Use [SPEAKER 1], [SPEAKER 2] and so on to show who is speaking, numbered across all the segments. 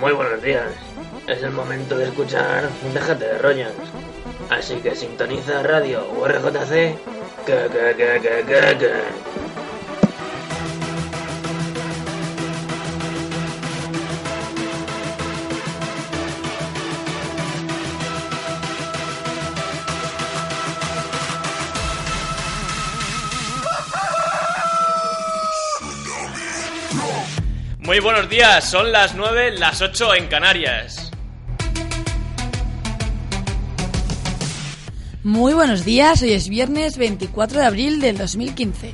[SPEAKER 1] Muy buenos días. Es el momento de escuchar Déjate de rollos. Así que sintoniza radio URJC. Que, que, que, que, que, que.
[SPEAKER 2] Muy buenos días, son las 9, las 8 en Canarias.
[SPEAKER 3] Muy buenos días, hoy es viernes 24 de abril del 2015.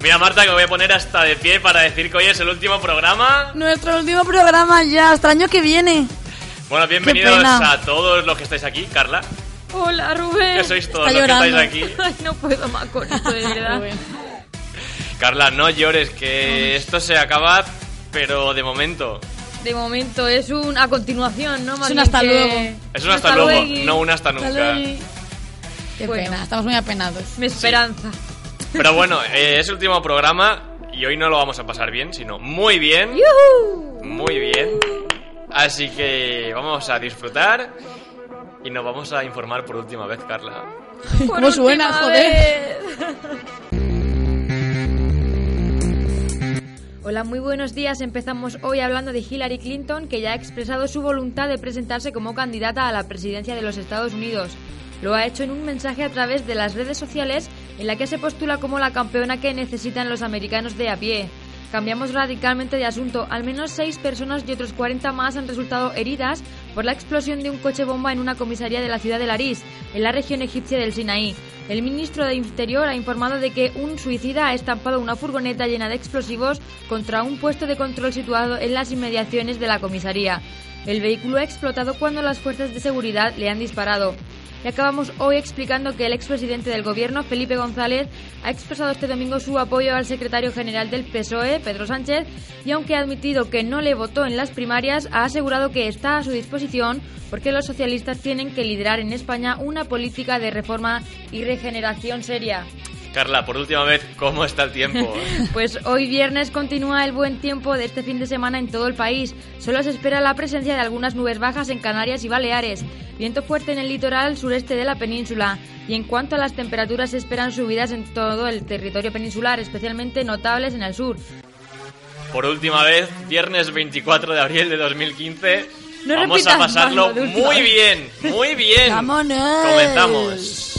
[SPEAKER 2] Mira Marta que me voy a poner hasta de pie para decir que hoy es el último programa.
[SPEAKER 3] Nuestro último programa ya, hasta el año que viene.
[SPEAKER 2] Bueno, bienvenidos
[SPEAKER 3] pena.
[SPEAKER 2] a todos los que estáis aquí, Carla.
[SPEAKER 4] Hola, Rubén.
[SPEAKER 2] Que sois todos
[SPEAKER 3] Está
[SPEAKER 2] los que
[SPEAKER 3] llorando.
[SPEAKER 2] estáis aquí.
[SPEAKER 4] Ay, no puedo más con esto, de Pues, verdad.
[SPEAKER 2] Carla, no llores, que esto se acaba, pero de momento.
[SPEAKER 4] De momento es un a continuación, ¿no? Más
[SPEAKER 3] un
[SPEAKER 4] bien
[SPEAKER 3] hasta
[SPEAKER 4] que-
[SPEAKER 3] luego.
[SPEAKER 2] Es un hasta luego, no un hasta
[SPEAKER 3] Hasta
[SPEAKER 2] nunca.
[SPEAKER 3] luego. Qué
[SPEAKER 4] Bueno.
[SPEAKER 3] pena, estamos muy apenados.
[SPEAKER 4] Me esperanza.
[SPEAKER 2] Pero bueno, eh, es el último programa y hoy no lo vamos a pasar bien, sino muy bien. Muy bien. Así que vamos a disfrutar y nos vamos a informar por última vez, Carla.
[SPEAKER 4] Por
[SPEAKER 3] ¿Cómo suena,
[SPEAKER 4] última
[SPEAKER 3] joder?
[SPEAKER 4] vez. Hola, muy buenos días. Empezamos hoy hablando de Hillary Clinton, que ya ha expresado su voluntad de presentarse como candidata a la presidencia de los Estados Unidos. Lo ha hecho en un mensaje a través de las redes sociales en la que se postula como la campeona que necesitan los americanos de a pie. Cambiamos radicalmente de asunto. Al menos seis personas y otros 40 más han resultado heridas por la explosión de un coche bomba en una comisaría de la ciudad de Laris, en la región egipcia del Sinaí. El ministro de Interior ha informado de que un suicida ha estampado una furgoneta llena de explosivos contra un puesto de control situado en las inmediaciones de la comisaría. El vehículo ha explotado cuando las fuerzas de seguridad le han disparado. Y acabamos hoy explicando que el expresidente del gobierno, Felipe González, ha expresado este domingo su apoyo al secretario general del PSOE, E, Pedro Sánchez, y aunque ha admitido que no le votó en las primarias, ha asegurado que está a su disposición porque los socialistas tienen que liderar en España una política de reforma y regeneración seria.
[SPEAKER 2] Carla, por última vez, ¿cómo está el tiempo?
[SPEAKER 4] Pues hoy viernes continúa el buen tiempo de este fin de semana en todo el país. Solo se espera la presencia de algunas nubes bajas en Canarias y Baleares. Viento fuerte en el litoral sureste de la península. Y en cuanto a las temperaturas, se esperan subidas en todo el territorio peninsular, especialmente notables en el sur.
[SPEAKER 2] Por última vez, viernes 24 de abril de 2015.
[SPEAKER 4] No
[SPEAKER 2] vamos
[SPEAKER 4] repitas
[SPEAKER 2] a pasarlo
[SPEAKER 4] más lo de última
[SPEAKER 2] muy
[SPEAKER 4] vez.
[SPEAKER 2] bien, muy bien.
[SPEAKER 3] ¡Vámonos!
[SPEAKER 2] Comenzamos.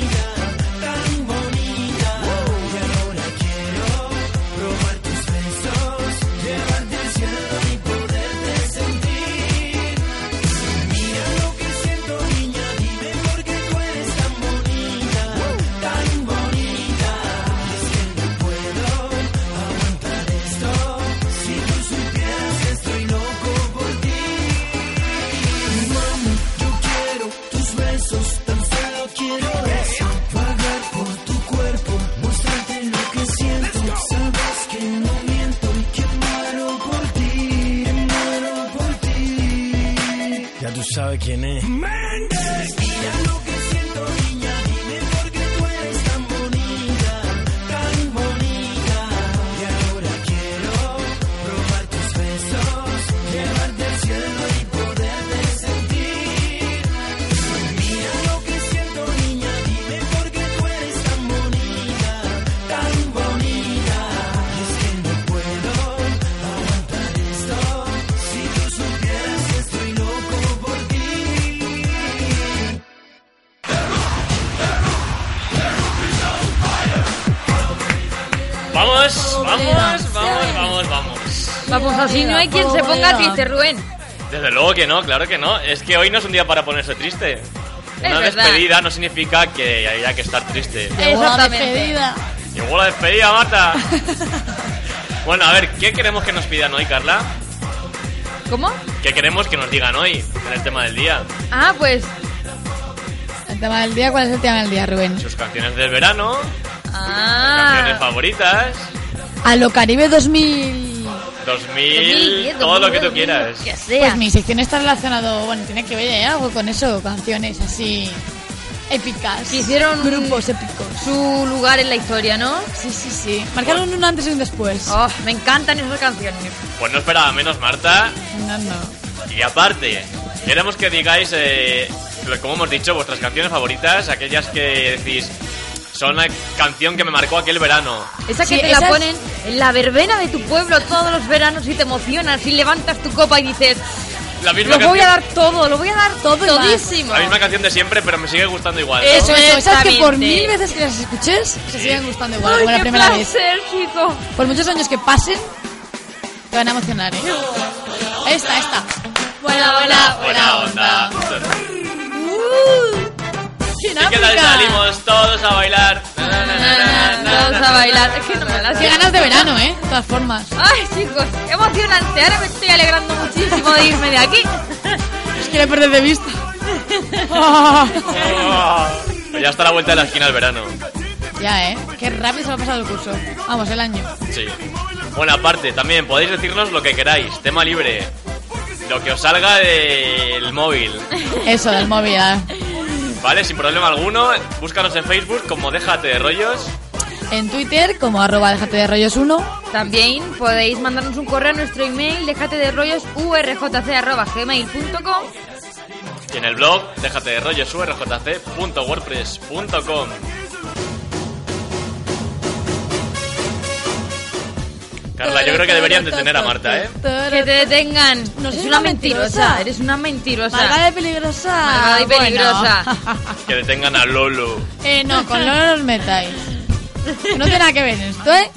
[SPEAKER 5] Tan bonita, sabe quién es.
[SPEAKER 2] Vamos, vamos,
[SPEAKER 3] Bodegas.
[SPEAKER 2] vamos, vamos, vamos.
[SPEAKER 4] Vamos, así no hay quien se ponga triste, Rubén.
[SPEAKER 2] Desde luego que no, claro que no. Es que hoy no es un día para ponerse triste. Una
[SPEAKER 4] verdad.
[SPEAKER 2] despedida no significa que haya que estar triste.
[SPEAKER 3] Llegó la
[SPEAKER 4] Exactamente.
[SPEAKER 3] despedida.
[SPEAKER 2] Llegó la despedida, Marta. bueno, a ver, ¿qué queremos que nos pidan hoy, Carla?
[SPEAKER 4] ¿Cómo?
[SPEAKER 2] ¿Qué queremos que nos digan hoy en el tema del día?
[SPEAKER 4] Ah, pues.
[SPEAKER 3] El tema del día, ¿cuál es el tema del día, Rubén?
[SPEAKER 2] Sus canciones del verano, canciones
[SPEAKER 4] Ah.
[SPEAKER 2] favoritas,
[SPEAKER 3] A lo Caribe 2000.
[SPEAKER 2] 2000, todo lo que tú quieras.
[SPEAKER 4] Que
[SPEAKER 3] Pues
[SPEAKER 4] sea.
[SPEAKER 3] mi sección está relacionado, bueno, tiene que ver ¿eh? algo con eso, canciones así épicas.
[SPEAKER 4] Que hicieron-
[SPEAKER 3] grupos épicos.
[SPEAKER 4] Su lugar en la historia, ¿no?
[SPEAKER 3] Sí, sí, sí. Marcaron un antes y un después.
[SPEAKER 4] Oh, me encantan esas canciones.
[SPEAKER 2] Pues no esperaba menos, Marta.
[SPEAKER 3] No, no.
[SPEAKER 2] Y aparte, queremos que digáis, eh, lo- como hemos dicho, vuestras canciones favoritas, aquellas que decís, son la canción que me marcó aquel verano.
[SPEAKER 4] Esa que
[SPEAKER 3] Sí,
[SPEAKER 4] te
[SPEAKER 3] esas-
[SPEAKER 4] la ponen en la verbena de tu pueblo todos los veranos y te emocionas y levantas tu copa y dices,
[SPEAKER 2] La misma,
[SPEAKER 4] lo voy a
[SPEAKER 2] canción,
[SPEAKER 4] dar todo, lo voy a dar Eh,
[SPEAKER 3] Todo y más.
[SPEAKER 4] todísimo.
[SPEAKER 2] la misma canción de siempre, pero me sigue gustando igual. ¿no?
[SPEAKER 4] Eso,
[SPEAKER 3] Eso, eso, esas que por
[SPEAKER 4] exactamente.
[SPEAKER 3] mil veces que las escuches, se
[SPEAKER 2] Sí.
[SPEAKER 3] siguen gustando igual,
[SPEAKER 4] Ay,
[SPEAKER 3] como la
[SPEAKER 4] qué
[SPEAKER 3] primera vez.
[SPEAKER 4] placer, chico.
[SPEAKER 3] Por muchos años que pasen, te van a emocionar, ¿eh? Esta, esta.
[SPEAKER 4] Buena, buena,
[SPEAKER 2] Buena onda.
[SPEAKER 3] Uh, ¿Quién
[SPEAKER 2] ¿Y qué tal salimos todos a bailar? Na, na, na, na, na, na,
[SPEAKER 4] Vamos a bailar. Es que no me la sé.
[SPEAKER 3] Qué ganas de verano, ¿eh? De todas formas.
[SPEAKER 4] Ay, chicos, emocionante. Ahora me estoy alegrando muchísimo de irme de aquí.
[SPEAKER 3] Es que le perder de vista. Ah.
[SPEAKER 2] na. Pues ya está a la vuelta de la esquina el verano.
[SPEAKER 3] ya, ¿eh? Qué rápido se va a pasar el curso. Vamos, el año.
[SPEAKER 2] Sí. Bueno, aparte, también podéis decirnos lo que queráis. Tema libre. Lo que os salga del móvil.
[SPEAKER 3] Eso, del móvil. ah.
[SPEAKER 2] ¿Vale? Sin problema alguno. Búscanos en Facebook como Déjate de Rollos.
[SPEAKER 3] En Twitter, como arroba déjate de rollos 1.
[SPEAKER 4] También podéis mandarnos un correo a nuestro email, déjate de rollos urjc.gmail.com
[SPEAKER 2] Y en el blog, déjate de rollos urjc.wordpress.com. Carla, yo creo que deberían detener a Marta, ¿eh?
[SPEAKER 4] Que te detengan.
[SPEAKER 3] No
[SPEAKER 4] es
[SPEAKER 3] soy
[SPEAKER 4] una
[SPEAKER 3] una
[SPEAKER 4] mentirosa.
[SPEAKER 3] mentirosa.
[SPEAKER 4] Eres una mentirosa.
[SPEAKER 3] Marga de peligrosa.
[SPEAKER 4] Marga de
[SPEAKER 3] Bueno.
[SPEAKER 4] peligrosa.
[SPEAKER 2] Que detengan a Lolo.
[SPEAKER 3] eh, no, con Lolo no os metáis. No tiene nada que ver esto, ¿eh?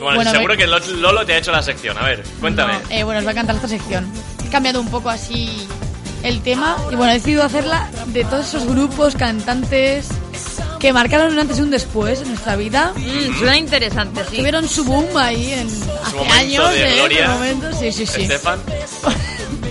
[SPEAKER 2] Bueno,
[SPEAKER 3] Bueno,
[SPEAKER 2] seguro
[SPEAKER 3] ve-
[SPEAKER 2] que Lo- Lolo te ha hecho la sección. A ver, cuéntame.
[SPEAKER 3] No, eh, bueno, os va a encantar esta sección. He cambiado un poco así el tema y bueno, he decidido hacerla de todos esos grupos, cantantes que marcaron un antes y un después en nuestra vida.
[SPEAKER 4] Mm, suena interesante, sí.
[SPEAKER 3] Tuvieron su boom ahí en hace
[SPEAKER 2] momento
[SPEAKER 3] años,
[SPEAKER 2] de
[SPEAKER 3] ¿eh?
[SPEAKER 2] gloria.
[SPEAKER 3] Su momento, sí,
[SPEAKER 2] Eh,
[SPEAKER 3] sí, sí.
[SPEAKER 2] Estefan.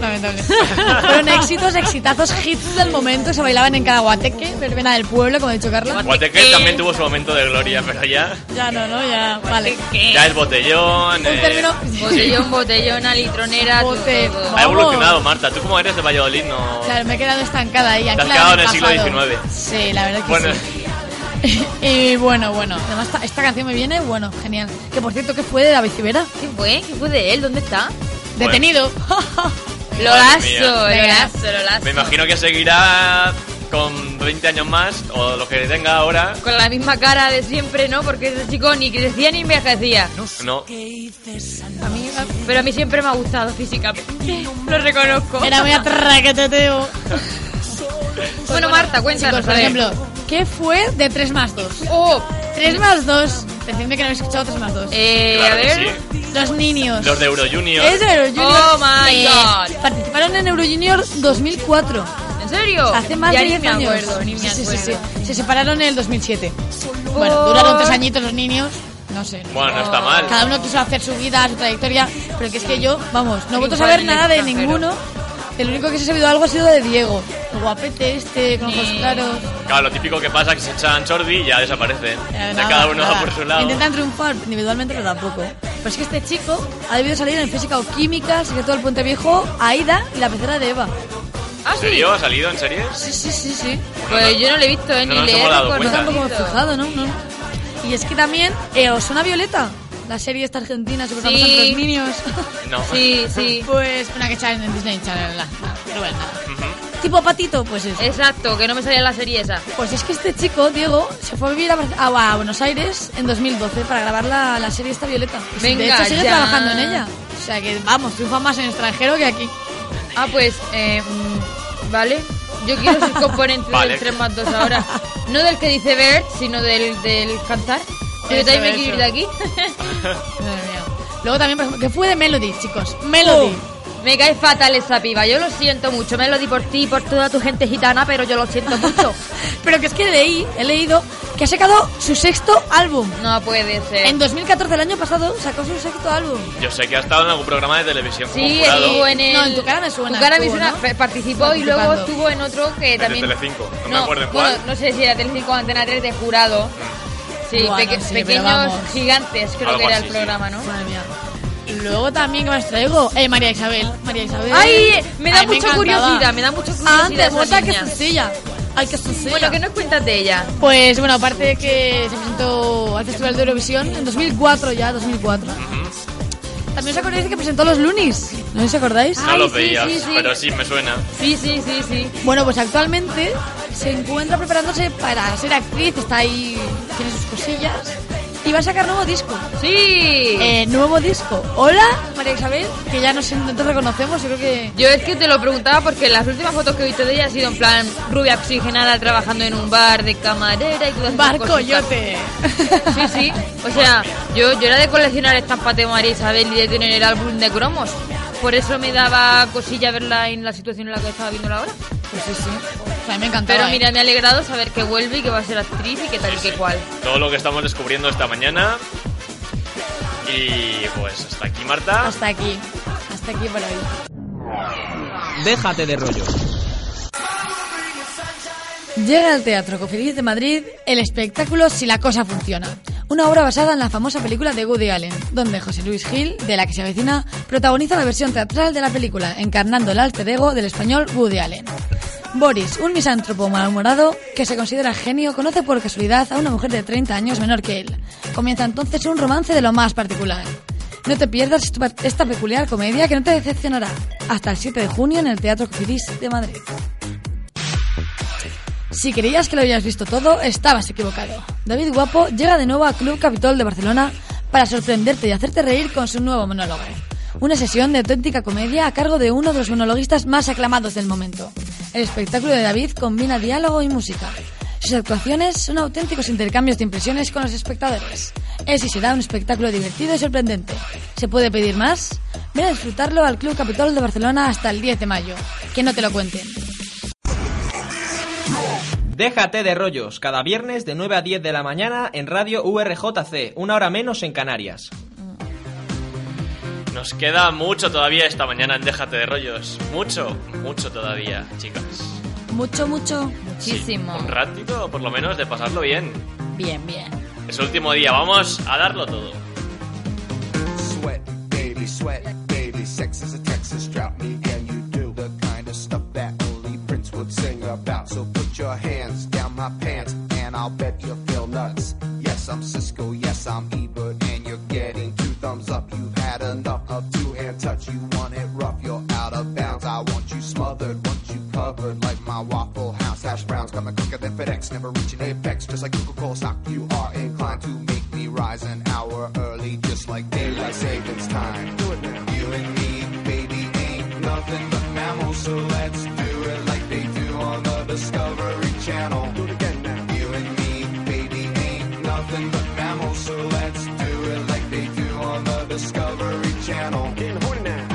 [SPEAKER 3] Lamentable. Fueron éxitos, exitazos, hits del momento, se bailaban en cada guateque, verbena del pueblo, como ha dicho Carla.
[SPEAKER 2] Guateque también tuvo su momento de gloria, pero ya,
[SPEAKER 3] Ya no, no, ya, vale.
[SPEAKER 4] ¿Qué?
[SPEAKER 2] ya es botellón.
[SPEAKER 3] eh,
[SPEAKER 2] eh,
[SPEAKER 3] Un término-
[SPEAKER 4] Botellón, botellona, litronera, todo,
[SPEAKER 3] Bote-
[SPEAKER 4] todo.
[SPEAKER 2] Ha
[SPEAKER 3] Vamos.
[SPEAKER 2] evolucionado, Marta. Tú como eres de Valladolid, no...
[SPEAKER 3] Claro, me he quedado estancada ahí.
[SPEAKER 2] Te has
[SPEAKER 3] anclada
[SPEAKER 2] quedado en el
[SPEAKER 3] pasado.
[SPEAKER 2] siglo XIX.
[SPEAKER 3] Sí, la verdad que
[SPEAKER 2] Bueno,
[SPEAKER 3] sí. y bueno, bueno, además esta, esta canción me viene, bueno, genial. Que por cierto, que fue de David Civera.
[SPEAKER 4] ¿Qué fue? ¿Qué fue de él? ¿Dónde está?
[SPEAKER 3] Detenido.
[SPEAKER 2] mía.
[SPEAKER 4] Lolazo,
[SPEAKER 3] Venga.
[SPEAKER 4] lolazo, lolazo.
[SPEAKER 2] me imagino que seguirá con 20 años más, o lo que tenga ahora.
[SPEAKER 4] Con la misma cara de siempre, ¿no? Porque ese chico ni crecía ni envejecía.
[SPEAKER 3] Pues
[SPEAKER 2] No.
[SPEAKER 3] A mí
[SPEAKER 4] Pero a mí siempre me ha gustado físicamente. Lo reconozco.
[SPEAKER 3] era muy atraqueteteo.
[SPEAKER 4] Bueno, Marta, cuéntanos.
[SPEAKER 3] Chicos, por
[SPEAKER 4] a ver.
[SPEAKER 3] ejemplo, ¿qué fue de 3 más 2?
[SPEAKER 4] Oh,
[SPEAKER 3] 3 más 2. Decidme que no habéis escuchado 3 más 2.
[SPEAKER 4] eh,
[SPEAKER 2] Claro
[SPEAKER 4] a
[SPEAKER 2] que
[SPEAKER 4] ver.
[SPEAKER 2] sí.
[SPEAKER 3] Los niños.
[SPEAKER 2] Los de Euro Junior.
[SPEAKER 3] Es de Euro Junior. Eh,
[SPEAKER 4] Oh my God.
[SPEAKER 3] Participaron en Euro Junior 2004.
[SPEAKER 4] ¿En serio?
[SPEAKER 3] Hace más
[SPEAKER 4] ya
[SPEAKER 3] de
[SPEAKER 4] ni
[SPEAKER 3] 10
[SPEAKER 4] me
[SPEAKER 3] años.
[SPEAKER 4] acuerdo, ni me
[SPEAKER 3] Sí, sí,
[SPEAKER 4] acuerdo.
[SPEAKER 3] sí, sí. Se separaron en el 2007. Bueno, duraron tres añitos los niños. No sé.
[SPEAKER 2] Bueno, no
[SPEAKER 3] Oh,
[SPEAKER 2] está mal.
[SPEAKER 3] Cada uno quiso hacer su vida, su trayectoria. Pero que es que yo, vamos, no vuelto
[SPEAKER 4] Igual
[SPEAKER 3] a saber
[SPEAKER 4] en
[SPEAKER 3] nada de
[SPEAKER 4] extranjero.
[SPEAKER 3] ninguno. El único que se ha sabido algo ha sido de Diego. El guapete este, con ojos
[SPEAKER 4] Sí.
[SPEAKER 3] claros.
[SPEAKER 2] Claro, lo típico que pasa es que se echan chordi y ya desaparecen.
[SPEAKER 3] Eh,
[SPEAKER 2] Ya
[SPEAKER 3] nada,
[SPEAKER 2] cada uno va
[SPEAKER 3] nada.
[SPEAKER 2] por su lado.
[SPEAKER 3] Intentan triunfar individualmente, pero tampoco. Pero es que este chico ha debido salir en física o química, se todo el puente viejo, Aida y la pecera de Eva.
[SPEAKER 4] ¿Ah,
[SPEAKER 2] ¿En
[SPEAKER 4] sí?
[SPEAKER 2] serio? ¿Ha salido en series?
[SPEAKER 3] Sí, sí, sí, sí.
[SPEAKER 4] Pues yo no lo he visto, ¿eh?
[SPEAKER 2] No
[SPEAKER 4] ni
[SPEAKER 2] nos
[SPEAKER 4] le he
[SPEAKER 2] hemos dado
[SPEAKER 3] Yo
[SPEAKER 2] cuenta.
[SPEAKER 4] recordado.
[SPEAKER 3] tampoco me he fijado, ¿no? no. Y es que también, eh, ¿os suena Violeta? La serie esta argentina sobre
[SPEAKER 4] Sí.
[SPEAKER 3] los niños.
[SPEAKER 2] No.
[SPEAKER 4] Sí, sí.
[SPEAKER 3] pues una que echan en Disney Channel. la- la- pero bueno, nada.
[SPEAKER 2] Ujú.
[SPEAKER 3] Tipo patito, pues eso.
[SPEAKER 4] Exacto, que no me salía la serie esa.
[SPEAKER 3] Pues es que este chico, Diego, se fue a vivir a, Bar- a- a Buenos Aires en 2012 para grabar la, la serie esta Violeta. Y
[SPEAKER 4] Venga,
[SPEAKER 3] de hecho, sigue
[SPEAKER 4] ya.
[SPEAKER 3] trabajando en ella. O sea que, vamos, triunfa más en extranjero que aquí.
[SPEAKER 4] Ah, pues, eh, mm, vale. Yo quiero ser componente
[SPEAKER 2] Vale.
[SPEAKER 4] del 3 más 2 ahora. No del que dice Bert, sino del, del cantar. Pero
[SPEAKER 3] Eso,
[SPEAKER 4] también me quiero ir
[SPEAKER 3] eso.
[SPEAKER 4] de aquí.
[SPEAKER 3] Madre mía. Luego también, por ejemplo, que fue de Melody, chicos. Melody.
[SPEAKER 4] Oh. Me cae fatal esa piba, yo lo siento mucho. Me lo di por ti y por toda tu gente gitana, pero yo lo siento mucho.
[SPEAKER 3] Pero que es que leí, he leído que ha sacado su sexto álbum.
[SPEAKER 4] No puede ser.
[SPEAKER 3] En 2014, el año pasado, sacó su sexto álbum.
[SPEAKER 2] Yo sé que ha estado en algún programa de televisión
[SPEAKER 4] Sí,
[SPEAKER 2] como jurado.
[SPEAKER 4] estuvo en el...
[SPEAKER 3] No, en tu cara me suena,
[SPEAKER 4] Tu cara me
[SPEAKER 3] estuvo,
[SPEAKER 4] suena,
[SPEAKER 3] ¿no?
[SPEAKER 4] fe- participó y
[SPEAKER 3] Participando.
[SPEAKER 4] luego estuvo en otro que
[SPEAKER 2] de
[SPEAKER 4] también...
[SPEAKER 2] Telecinco, no me acuerdo en
[SPEAKER 4] bueno,
[SPEAKER 2] cuál.
[SPEAKER 4] no sé si era Telecinco o Antena 3 de jurado. Sí,
[SPEAKER 3] Bueno,
[SPEAKER 4] peque-
[SPEAKER 3] sí, pero
[SPEAKER 4] pequeños
[SPEAKER 3] vamos.
[SPEAKER 4] gigantes creo
[SPEAKER 2] Algo
[SPEAKER 4] que era
[SPEAKER 2] así,
[SPEAKER 4] el
[SPEAKER 2] sí.
[SPEAKER 4] programa, ¿no?
[SPEAKER 3] Madre mía. Luego también que más traigo, eh, María Isabel. María Isabel.
[SPEAKER 4] Ay, me da
[SPEAKER 3] Ay,
[SPEAKER 4] mucha
[SPEAKER 3] encantaba.
[SPEAKER 4] curiosidad, me da mucha curiosidad
[SPEAKER 3] Antes,
[SPEAKER 4] esa
[SPEAKER 3] muerta que
[SPEAKER 4] niña.
[SPEAKER 3] sencilla. Ay, que sencilla.
[SPEAKER 4] Bueno, ¿qué nos cuentas de ella?
[SPEAKER 3] Pues bueno, aparte de que se presentó al Festival de Eurovisión en 2004 ya, 2004. También os acordáis de que presentó los Lunis. ¿No os acordáis?
[SPEAKER 2] No
[SPEAKER 4] Ay,
[SPEAKER 2] lo
[SPEAKER 4] sí,
[SPEAKER 2] veías,
[SPEAKER 4] sí, sí.
[SPEAKER 2] pero sí me suena.
[SPEAKER 4] Sí, sí, sí, sí.
[SPEAKER 3] Bueno, pues actualmente se encuentra preparándose para ser actriz, está ahí, tiene sus cosillas y va a sacar nuevo disco.
[SPEAKER 4] Sí.
[SPEAKER 3] Eh, nuevo disco. Hola, María Isabel, que ya nos no te reconocemos, yo creo que
[SPEAKER 4] Yo es que te lo preguntaba porque las últimas fotos que he visto de ella ha sido en plan rubia oxigenada trabajando en un bar de camarera y todas esas
[SPEAKER 3] Bar
[SPEAKER 4] cositas.
[SPEAKER 3] Coyote.
[SPEAKER 4] Sí, sí. O sea, yo, yo era de coleccionar estampas de María Isabel y de tener el álbum de cromos. Por eso me daba cosilla verla en la situación en la que estaba viéndola ahora.
[SPEAKER 3] Pues sí, sí. O sea, a mí me encantaba.
[SPEAKER 4] Pero
[SPEAKER 3] eh.
[SPEAKER 4] mira, me ha alegrado saber que vuelve y que va a ser actriz y que tal y que cual.
[SPEAKER 2] Todo lo que estamos descubriendo esta mañana. Y pues hasta aquí, Marta.
[SPEAKER 3] hasta aquí. Hasta aquí por hoy.
[SPEAKER 6] Déjate de rollos.
[SPEAKER 3] Llega al Teatro Cofidis de Madrid el espectáculo Si la cosa funciona, una obra basada en la famosa película de Woody Allen, donde José Luis Gil, de la que se avecina, protagoniza la versión teatral de la película, encarnando el alter ego del español Woody Allen. Boris, un misántropo malhumorado que se considera genio, conoce por casualidad a una mujer de 30 años menor que él. Comienza entonces un romance de lo más particular. No te pierdas esta- esta peculiar comedia que no te decepcionará. Hasta el 7 de junio en el Teatro Cofidis de Madrid. Si creías que lo habías visto todo, estabas equivocado. David Guapo llega de nuevo a Club Capitol de Barcelona para sorprenderte y hacerte reír con su nuevo monólogo. Una sesión de auténtica comedia a cargo de uno de los monologuistas más aclamados del momento. El espectáculo de David combina diálogo y música. Sus actuaciones son auténticos intercambios de impresiones con los espectadores. Es y será un espectáculo divertido y sorprendente. ¿Se puede pedir más? Ven a disfrutarlo al Club Capitol de Barcelona hasta el 10 de mayo. Que no te lo cuenten.
[SPEAKER 6] Déjate de rollos, cada viernes de 9 a 10 de la mañana en Radio URJC, una hora menos en Canarias.
[SPEAKER 2] Nos queda mucho todavía esta mañana en Déjate de rollos. Mucho, mucho todavía, chicas.
[SPEAKER 3] Mucho, mucho.
[SPEAKER 4] Muchísimo.
[SPEAKER 2] Un ratito, por lo menos, de pasarlo bien.
[SPEAKER 3] Bien, bien.
[SPEAKER 2] Es el último día, vamos a darlo todo.
[SPEAKER 7] Sweat, baby, sweat, baby. Sex is a Texas drought. Me and you do the kind of stuff that only Prince would sing about. So put your hands down my pants, and I'll bet you feel nuts. Yes, I'm Cisco. Yes, I'm Ebert, and you're getting two thumbs up. You've had enough of two-hand touch. You want it rough? You're out of bounds. I want you smothered, want you covered like my Waffle House hash browns. Coming quicker than FedEx, never reaching apex. Just like Coca-Cola stock, you are inclined to make me rise an hour early, just like daylight savings time. You and me, baby, ain't nothing but mammals, so let's do it like they do on the Discovery Channel. Do it again now. You and me, baby, ain't nothing but mammals, so let's do it like they do on the Discovery Channel. Getting horny now.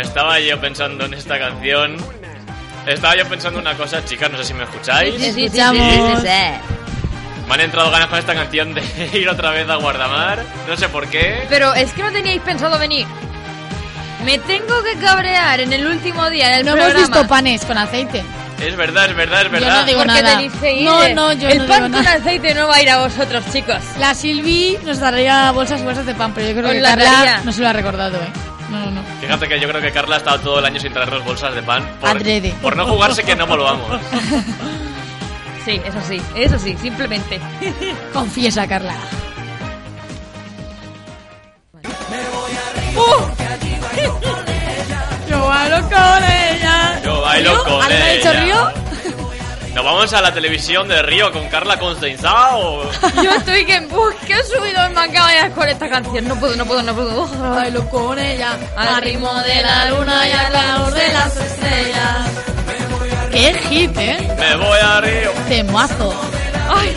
[SPEAKER 2] estaba yo pensando en esta canción. Estaba yo pensando una cosa, chicas, no sé si me escucháis.
[SPEAKER 3] sí, sí, Escuchamos. sí,
[SPEAKER 2] Me han entrado ganas con esta canción de ir otra vez a Guardamar. No sé por qué.
[SPEAKER 4] Pero es que no teníais pensado venir. Me tengo que cabrear en el último día del
[SPEAKER 3] No
[SPEAKER 4] programa.
[SPEAKER 3] hemos visto panes con aceite.
[SPEAKER 2] Es verdad, es verdad, es verdad.
[SPEAKER 3] no digo-
[SPEAKER 4] Porque
[SPEAKER 3] nada.
[SPEAKER 4] tenéis que ir.
[SPEAKER 3] No, no, yo
[SPEAKER 4] El
[SPEAKER 3] no
[SPEAKER 4] pan
[SPEAKER 3] digo
[SPEAKER 4] con
[SPEAKER 3] nada.
[SPEAKER 4] aceite no va a ir a vosotros, chicos.
[SPEAKER 3] La Silvi nos daría bolsas y bolsas de pan, pero yo creo
[SPEAKER 4] Os
[SPEAKER 3] que
[SPEAKER 4] las
[SPEAKER 3] Carla
[SPEAKER 4] daría.
[SPEAKER 3] no se lo ha recordado, ¿eh? No, no, no.
[SPEAKER 2] Fíjate que yo creo que Carla ha estado todo el año sin traernos bolsas de pan. Por,
[SPEAKER 3] Adrede.
[SPEAKER 2] por no jugarse que no volvamos.
[SPEAKER 4] Sí, eso sí, eso sí, simplemente.
[SPEAKER 3] Confiesa, Carla. ¡Uh! Yo bailo con ella.
[SPEAKER 2] Yo bailo
[SPEAKER 3] ¿Río?
[SPEAKER 2] con
[SPEAKER 3] ¿Alguien ha dicho
[SPEAKER 2] ella.
[SPEAKER 3] Río?
[SPEAKER 2] ¿Nos vamos a la televisión de Río con Carla Constanzao?
[SPEAKER 4] Yo estoy que en busca he subido en Mancaba con esta canción. No puedo, no puedo, no puedo. Uf.
[SPEAKER 3] Yo bailo con ella.
[SPEAKER 4] Al ritmo de la luna y al calor de las estrellas.
[SPEAKER 3] Qué hit, ¿eh?
[SPEAKER 2] Me voy a Río.
[SPEAKER 3] Temazo.
[SPEAKER 4] Ay,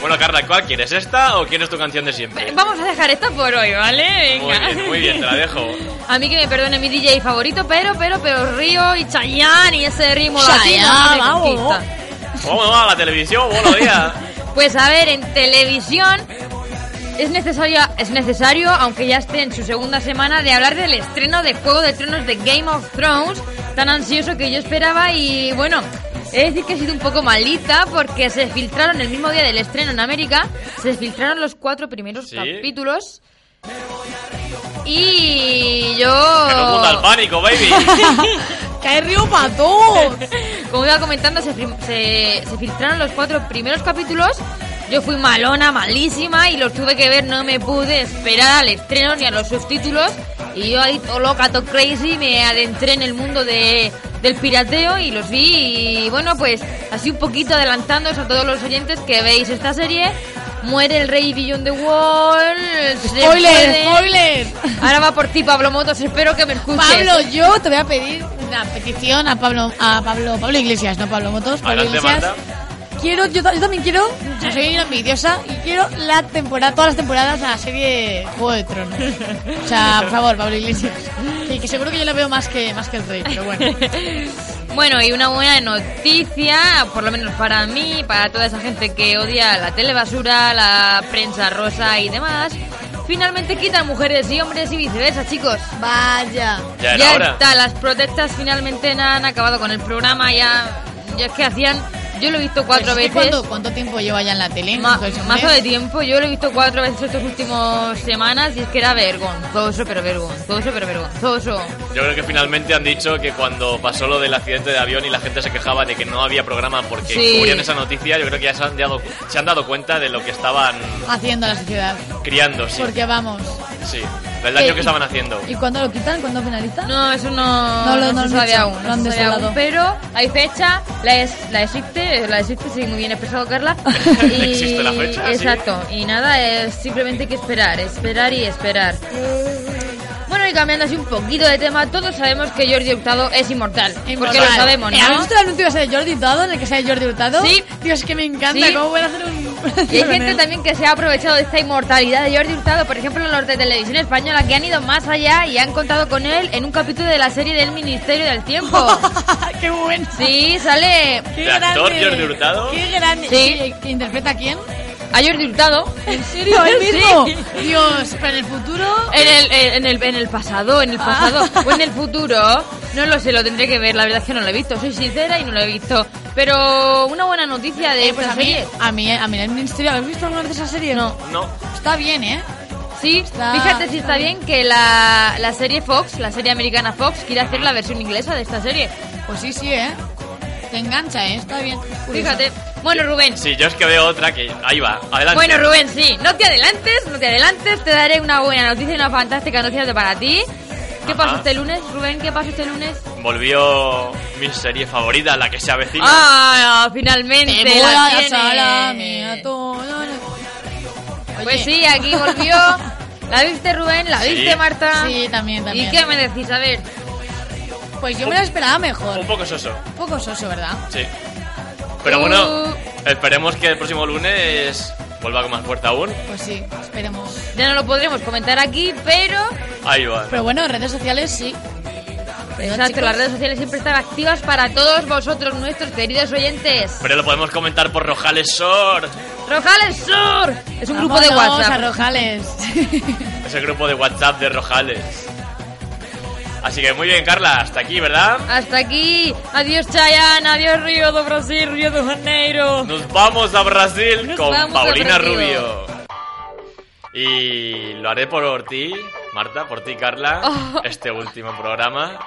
[SPEAKER 2] Bueno, Carla, ¿cuál quieres? ¿Esta o quieres tu canción de
[SPEAKER 4] ve-
[SPEAKER 2] siempre?
[SPEAKER 4] vamos a dejar esta por hoy, ¿vale?
[SPEAKER 2] Muy
[SPEAKER 4] Venga.
[SPEAKER 2] bien, muy bien, te la dejo.
[SPEAKER 4] A mí que me perdone mi DJ favorito, pero, pero, pero Río y Chayanne y ese ritmo
[SPEAKER 3] Chayanne,
[SPEAKER 4] latino no me
[SPEAKER 3] vamos.
[SPEAKER 4] conquista.
[SPEAKER 2] Vamos a la televisión, buenos días.
[SPEAKER 4] Pues a ver, en televisión es necesario, es necesario, aunque ya esté en su segunda semana, de hablar del estreno de Juego de Tronos de Game of Thrones, tan ansioso que yo esperaba y bueno, he de decir que he sido un poco malita porque se filtraron el mismo día del estreno en América, se filtraron los cuatro primeros
[SPEAKER 2] Sí.
[SPEAKER 4] capítulos y yo...
[SPEAKER 2] Que no muda el pánico, baby.
[SPEAKER 3] ¡Cae Río para todos!
[SPEAKER 4] Como iba comentando, se, frim- se- se filtraron los cuatro primeros capítulos. Yo fui malona, malísima, y los tuve que ver. No me pude esperar al estreno ni a los subtítulos. Y yo ahí, todo loca, todo crazy, me adentré en el mundo de, del pirateo y los vi. Y bueno, pues así un poquito adelantándoos a todos los oyentes que veis esta serie. Muere el rey Beyond the Wall. se puede-
[SPEAKER 3] ¡Spoiler, spoiler!
[SPEAKER 4] Ahora va por ti, Pablo Motos. Espero que me escuches.
[SPEAKER 3] Pablo, yo te voy a pedir una petición a Pablo, a Pablo, Pablo Iglesias, no Pablo Motos, Pablo
[SPEAKER 2] Adelante,
[SPEAKER 3] Iglesias.
[SPEAKER 2] Marta.
[SPEAKER 3] Quiero, yo, ta- yo también quiero, yo soy una envidiosa y quiero la temporada, todas las temporadas de la serie Juego de Tronos. O sea, por favor, Pablo Iglesias. Sí, que seguro que yo la veo más que, más que el rey, pero bueno.
[SPEAKER 4] Bueno, y una buena noticia, por lo menos para mí, para toda esa gente que odia la telebasura, la prensa rosa y demás. Finalmente quitan mujeres y hombres y viceversa, chicos.
[SPEAKER 3] Vaya.
[SPEAKER 2] Ya era hora.
[SPEAKER 4] está, las protestas finalmente han acabado con el programa, ya, ya es que hacían, yo lo he visto cuatro
[SPEAKER 3] Pues es que
[SPEAKER 4] veces.
[SPEAKER 3] ¿cuánto, ¿Cuánto tiempo lleva ya en la tele?
[SPEAKER 4] Ma-
[SPEAKER 3] Pues, hombre,
[SPEAKER 4] mazo de tiempo, yo lo he visto cuatro veces estas últimas semanas y es que era vergonzoso, pero vergonzoso, pero vergonzoso.
[SPEAKER 2] Yo creo que finalmente han dicho que cuando pasó lo del accidente de avión y la gente se quejaba de que no había programa porque
[SPEAKER 4] Sí.
[SPEAKER 2] cubrían esa noticia, yo creo que ya se han dado, se han dado cuenta de lo que estaban
[SPEAKER 3] Haciendo la sociedad.
[SPEAKER 2] criando, sí.
[SPEAKER 3] Porque vamos.
[SPEAKER 2] sí, del daño
[SPEAKER 3] Eh,
[SPEAKER 2] que estaban haciendo.
[SPEAKER 3] ¿Y cuándo lo quitan? ¿Cuándo finaliza?
[SPEAKER 4] No, eso no,
[SPEAKER 3] No lo- no
[SPEAKER 4] se
[SPEAKER 3] lo han
[SPEAKER 4] sabe
[SPEAKER 3] dicho,
[SPEAKER 4] aún.
[SPEAKER 3] lo han
[SPEAKER 4] no se sabe aún,
[SPEAKER 3] desvelado.
[SPEAKER 4] pero hay fecha, la, es, la existe, eh, la existe, sí, muy bien expresado Carla. Y-
[SPEAKER 2] Existe la fecha, sí.
[SPEAKER 4] Exacto, y nada, es simplemente hay que esperar, esperar y esperar. Bueno, y cambiando así un poquito de tema, todos sabemos que Jordi Hurtado es inmortal. Porque lo
[SPEAKER 3] Inmortal.
[SPEAKER 4] sabemos,
[SPEAKER 3] Eh, ¿Has
[SPEAKER 4] ¿no?
[SPEAKER 3] visto el anuncio ese de Jordi Hurtado en el que sale Jordi Hurtado?
[SPEAKER 4] Sí.
[SPEAKER 3] Dios, que me encanta.
[SPEAKER 4] Sí.
[SPEAKER 3] ¿Cómo pueden hacer un.?
[SPEAKER 4] Y hay
[SPEAKER 3] con
[SPEAKER 4] gente
[SPEAKER 3] él?
[SPEAKER 4] también que se ha aprovechado de esta inmortalidad de Jordi Hurtado, por ejemplo, los de Televisión Española, que han ido más allá y han contado con él en un capítulo de la serie del Ministerio del Tiempo.
[SPEAKER 3] ¡Qué bueno!
[SPEAKER 4] Sí, sale
[SPEAKER 3] ¡Qué
[SPEAKER 2] ¿De actor Jordi Hurtado?
[SPEAKER 3] ¡Qué grande!
[SPEAKER 4] Sí.
[SPEAKER 3] ¿Y- ¿Que interpreta a quién?
[SPEAKER 4] a Jordi Hurtado.
[SPEAKER 3] ¿En serio?
[SPEAKER 4] ¿El mismo?
[SPEAKER 3] Dios, pero en el futuro.
[SPEAKER 4] En el, en, el, en el pasado, en el pasado
[SPEAKER 3] Ah.
[SPEAKER 4] o en el futuro, no lo sé, lo tendré que ver, la verdad es que no lo he visto, soy sincera y no lo he visto. Pero una buena noticia de
[SPEAKER 3] Eh, pues
[SPEAKER 4] esta
[SPEAKER 3] a mí,
[SPEAKER 4] serie.
[SPEAKER 3] a mí, a mí en el ministerio. ¿Habéis visto alguna de esa serie? No.
[SPEAKER 2] No,
[SPEAKER 3] Está bien, ¿eh?
[SPEAKER 4] Sí,
[SPEAKER 3] está-
[SPEAKER 4] fíjate si está
[SPEAKER 3] está
[SPEAKER 4] bien que la, la serie Fox, la serie americana Fox, quiere hacer la versión inglesa de esta serie.
[SPEAKER 3] Pues sí, sí, ¿eh? Te engancha, ¿eh? Está bien. Curioso.
[SPEAKER 4] Fíjate. Bueno, Rubén.
[SPEAKER 2] sí, yo es que veo otra que... Ahí va, adelante.
[SPEAKER 4] Bueno, Rubén, sí, no te adelantes, no te adelantes, te daré una buena noticia y una fantástica noticia para ti. ¿Qué
[SPEAKER 2] Ajá.
[SPEAKER 4] pasó este lunes, Rubén? ¿Qué pasó este lunes?
[SPEAKER 2] Volvió mi serie favorita, la que se avecina.
[SPEAKER 4] Ah, finalmente.
[SPEAKER 3] Te voy
[SPEAKER 4] la
[SPEAKER 3] a
[SPEAKER 4] tienes.
[SPEAKER 3] salami a todo. Oye,
[SPEAKER 4] Pues sí, aquí volvió. ¿La viste, Rubén? ¿La
[SPEAKER 2] Sí.
[SPEAKER 4] viste, Marta?
[SPEAKER 3] Sí, también, también.
[SPEAKER 4] ¿Y qué me decís? A ver,
[SPEAKER 3] Pues yo me la esperaba mejor.
[SPEAKER 2] Un poco soso,
[SPEAKER 3] Un poco soso, ¿verdad?
[SPEAKER 2] sí. Pero bueno, esperemos que el próximo lunes vuelva con más fuerza aún.
[SPEAKER 3] Pues sí, esperemos.
[SPEAKER 4] ya no lo podremos comentar aquí, pero
[SPEAKER 2] Ahí va.
[SPEAKER 3] Pero bueno, redes sociales sí. Pero,
[SPEAKER 4] Exacto,
[SPEAKER 3] chicos,
[SPEAKER 4] las redes sociales siempre están activas para todos vosotros, nuestros queridos oyentes.
[SPEAKER 2] Pero lo podemos comentar por Rojales Sor.
[SPEAKER 4] ¡Rojales Sur! Es un grupo de
[SPEAKER 3] vámonos a
[SPEAKER 4] WhatsApp.
[SPEAKER 3] Rojales.
[SPEAKER 2] Ese grupo de WhatsApp de Rojales. Así que muy bien, Carla. Hasta aquí, ¿verdad?
[SPEAKER 4] Hasta aquí. Adiós, Chayanne. Adiós, Río de Brasil, Río de Janeiro.
[SPEAKER 2] Nos vamos a Brasil
[SPEAKER 4] Nos
[SPEAKER 2] con
[SPEAKER 4] vamos a
[SPEAKER 2] Paulina
[SPEAKER 4] Brasil.
[SPEAKER 2] Rubio. Y lo haré por ti, Marta, por ti, Carla,
[SPEAKER 4] Oh.
[SPEAKER 2] este último programa.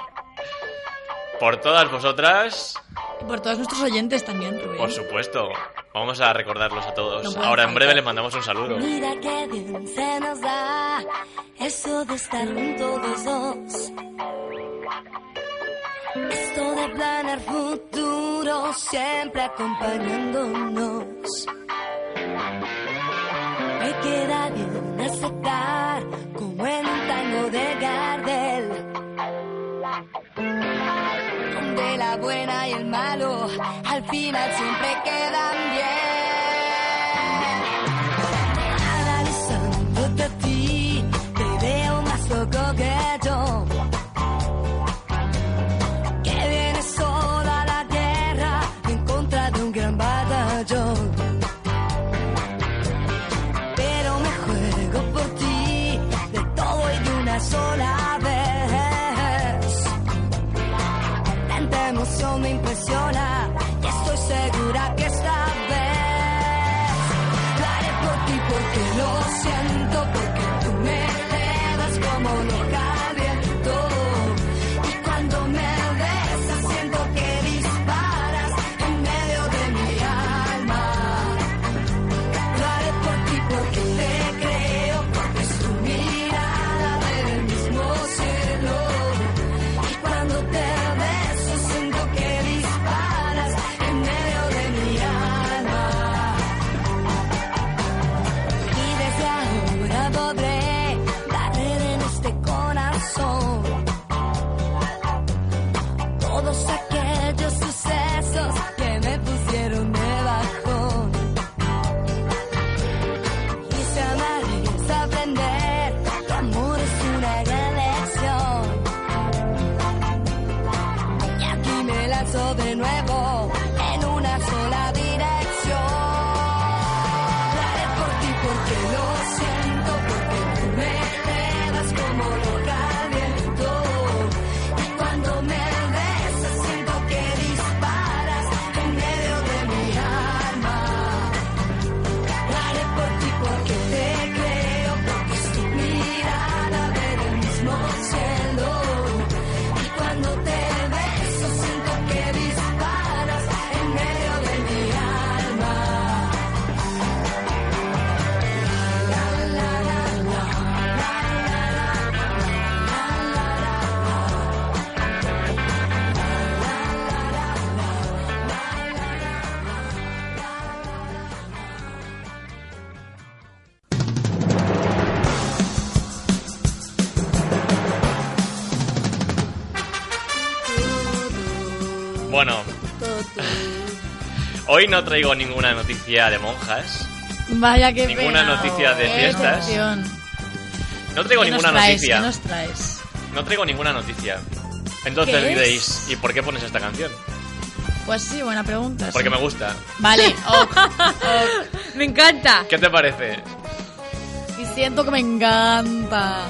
[SPEAKER 2] Por todas vosotras,
[SPEAKER 3] Y Por todos nuestros oyentes también, Rubén.
[SPEAKER 2] por supuesto. Vamos a recordarlos a todos.
[SPEAKER 3] No pueden
[SPEAKER 2] Ahora en breve
[SPEAKER 3] faltar.
[SPEAKER 2] les mandamos un saludo.
[SPEAKER 8] Mira qué bien se nos da eso de estar juntos los dos. Esto de planear futuro siempre acompañándonos. Me queda bien aceptar como en un tango de Gardel. Donde la buena y el malo al final siempre quedan bien. Analizándote a ti, te veo más loco que yo. Que viene sola a la guerra en contra de un gran batallón. Pero me juego por ti, de todo y de una sola vez. Tanta emoción me impresiona y estoy segura que esta vez. Lo haré por ti porque lo siento, porque tú me quedas como loca viento. Y cuando me besas siento que disparas en medio de mi alma. Lo haré por ti porque te creo, porque es tu mirada del mismo cielo. Y cuando te beso siento que disparas en medio de mi alma. Y desde ahora podré darle en este corazón todos aquellos sucesos que me pusieron de bajón. Quise amar y es aprender que amor es una gran lección. Y aquí me lanzo de nuevo en una sola dirección. Lo haré por ti porque lo siento, porque tú me quedas como loca al viento. Y cuando me besas siento que disparas en medio de mi alma. Lo haré por ti porque te creo, porque es tu mirada ver el mismo cielo. Y cuando te beso siento que disparas en medio de mi alma.
[SPEAKER 2] Bueno, hoy no traigo ninguna noticia de monjas.
[SPEAKER 3] Vaya que
[SPEAKER 2] Ninguna noticia de fiestas. No traigo
[SPEAKER 3] Tengo
[SPEAKER 2] ninguna
[SPEAKER 3] nos traes?
[SPEAKER 2] noticia.
[SPEAKER 3] ¿Qué nos traes?
[SPEAKER 2] No traigo ninguna noticia. Entonces
[SPEAKER 3] ¿Qué
[SPEAKER 2] diréis, ¿y por qué pones esta canción?
[SPEAKER 3] Pues sí, buena pregunta.
[SPEAKER 2] Porque
[SPEAKER 3] sí.
[SPEAKER 2] me gusta.
[SPEAKER 3] Vale, ok, ok.
[SPEAKER 4] Me encanta.
[SPEAKER 2] ¿Qué te parece?
[SPEAKER 3] Y siento que me encanta.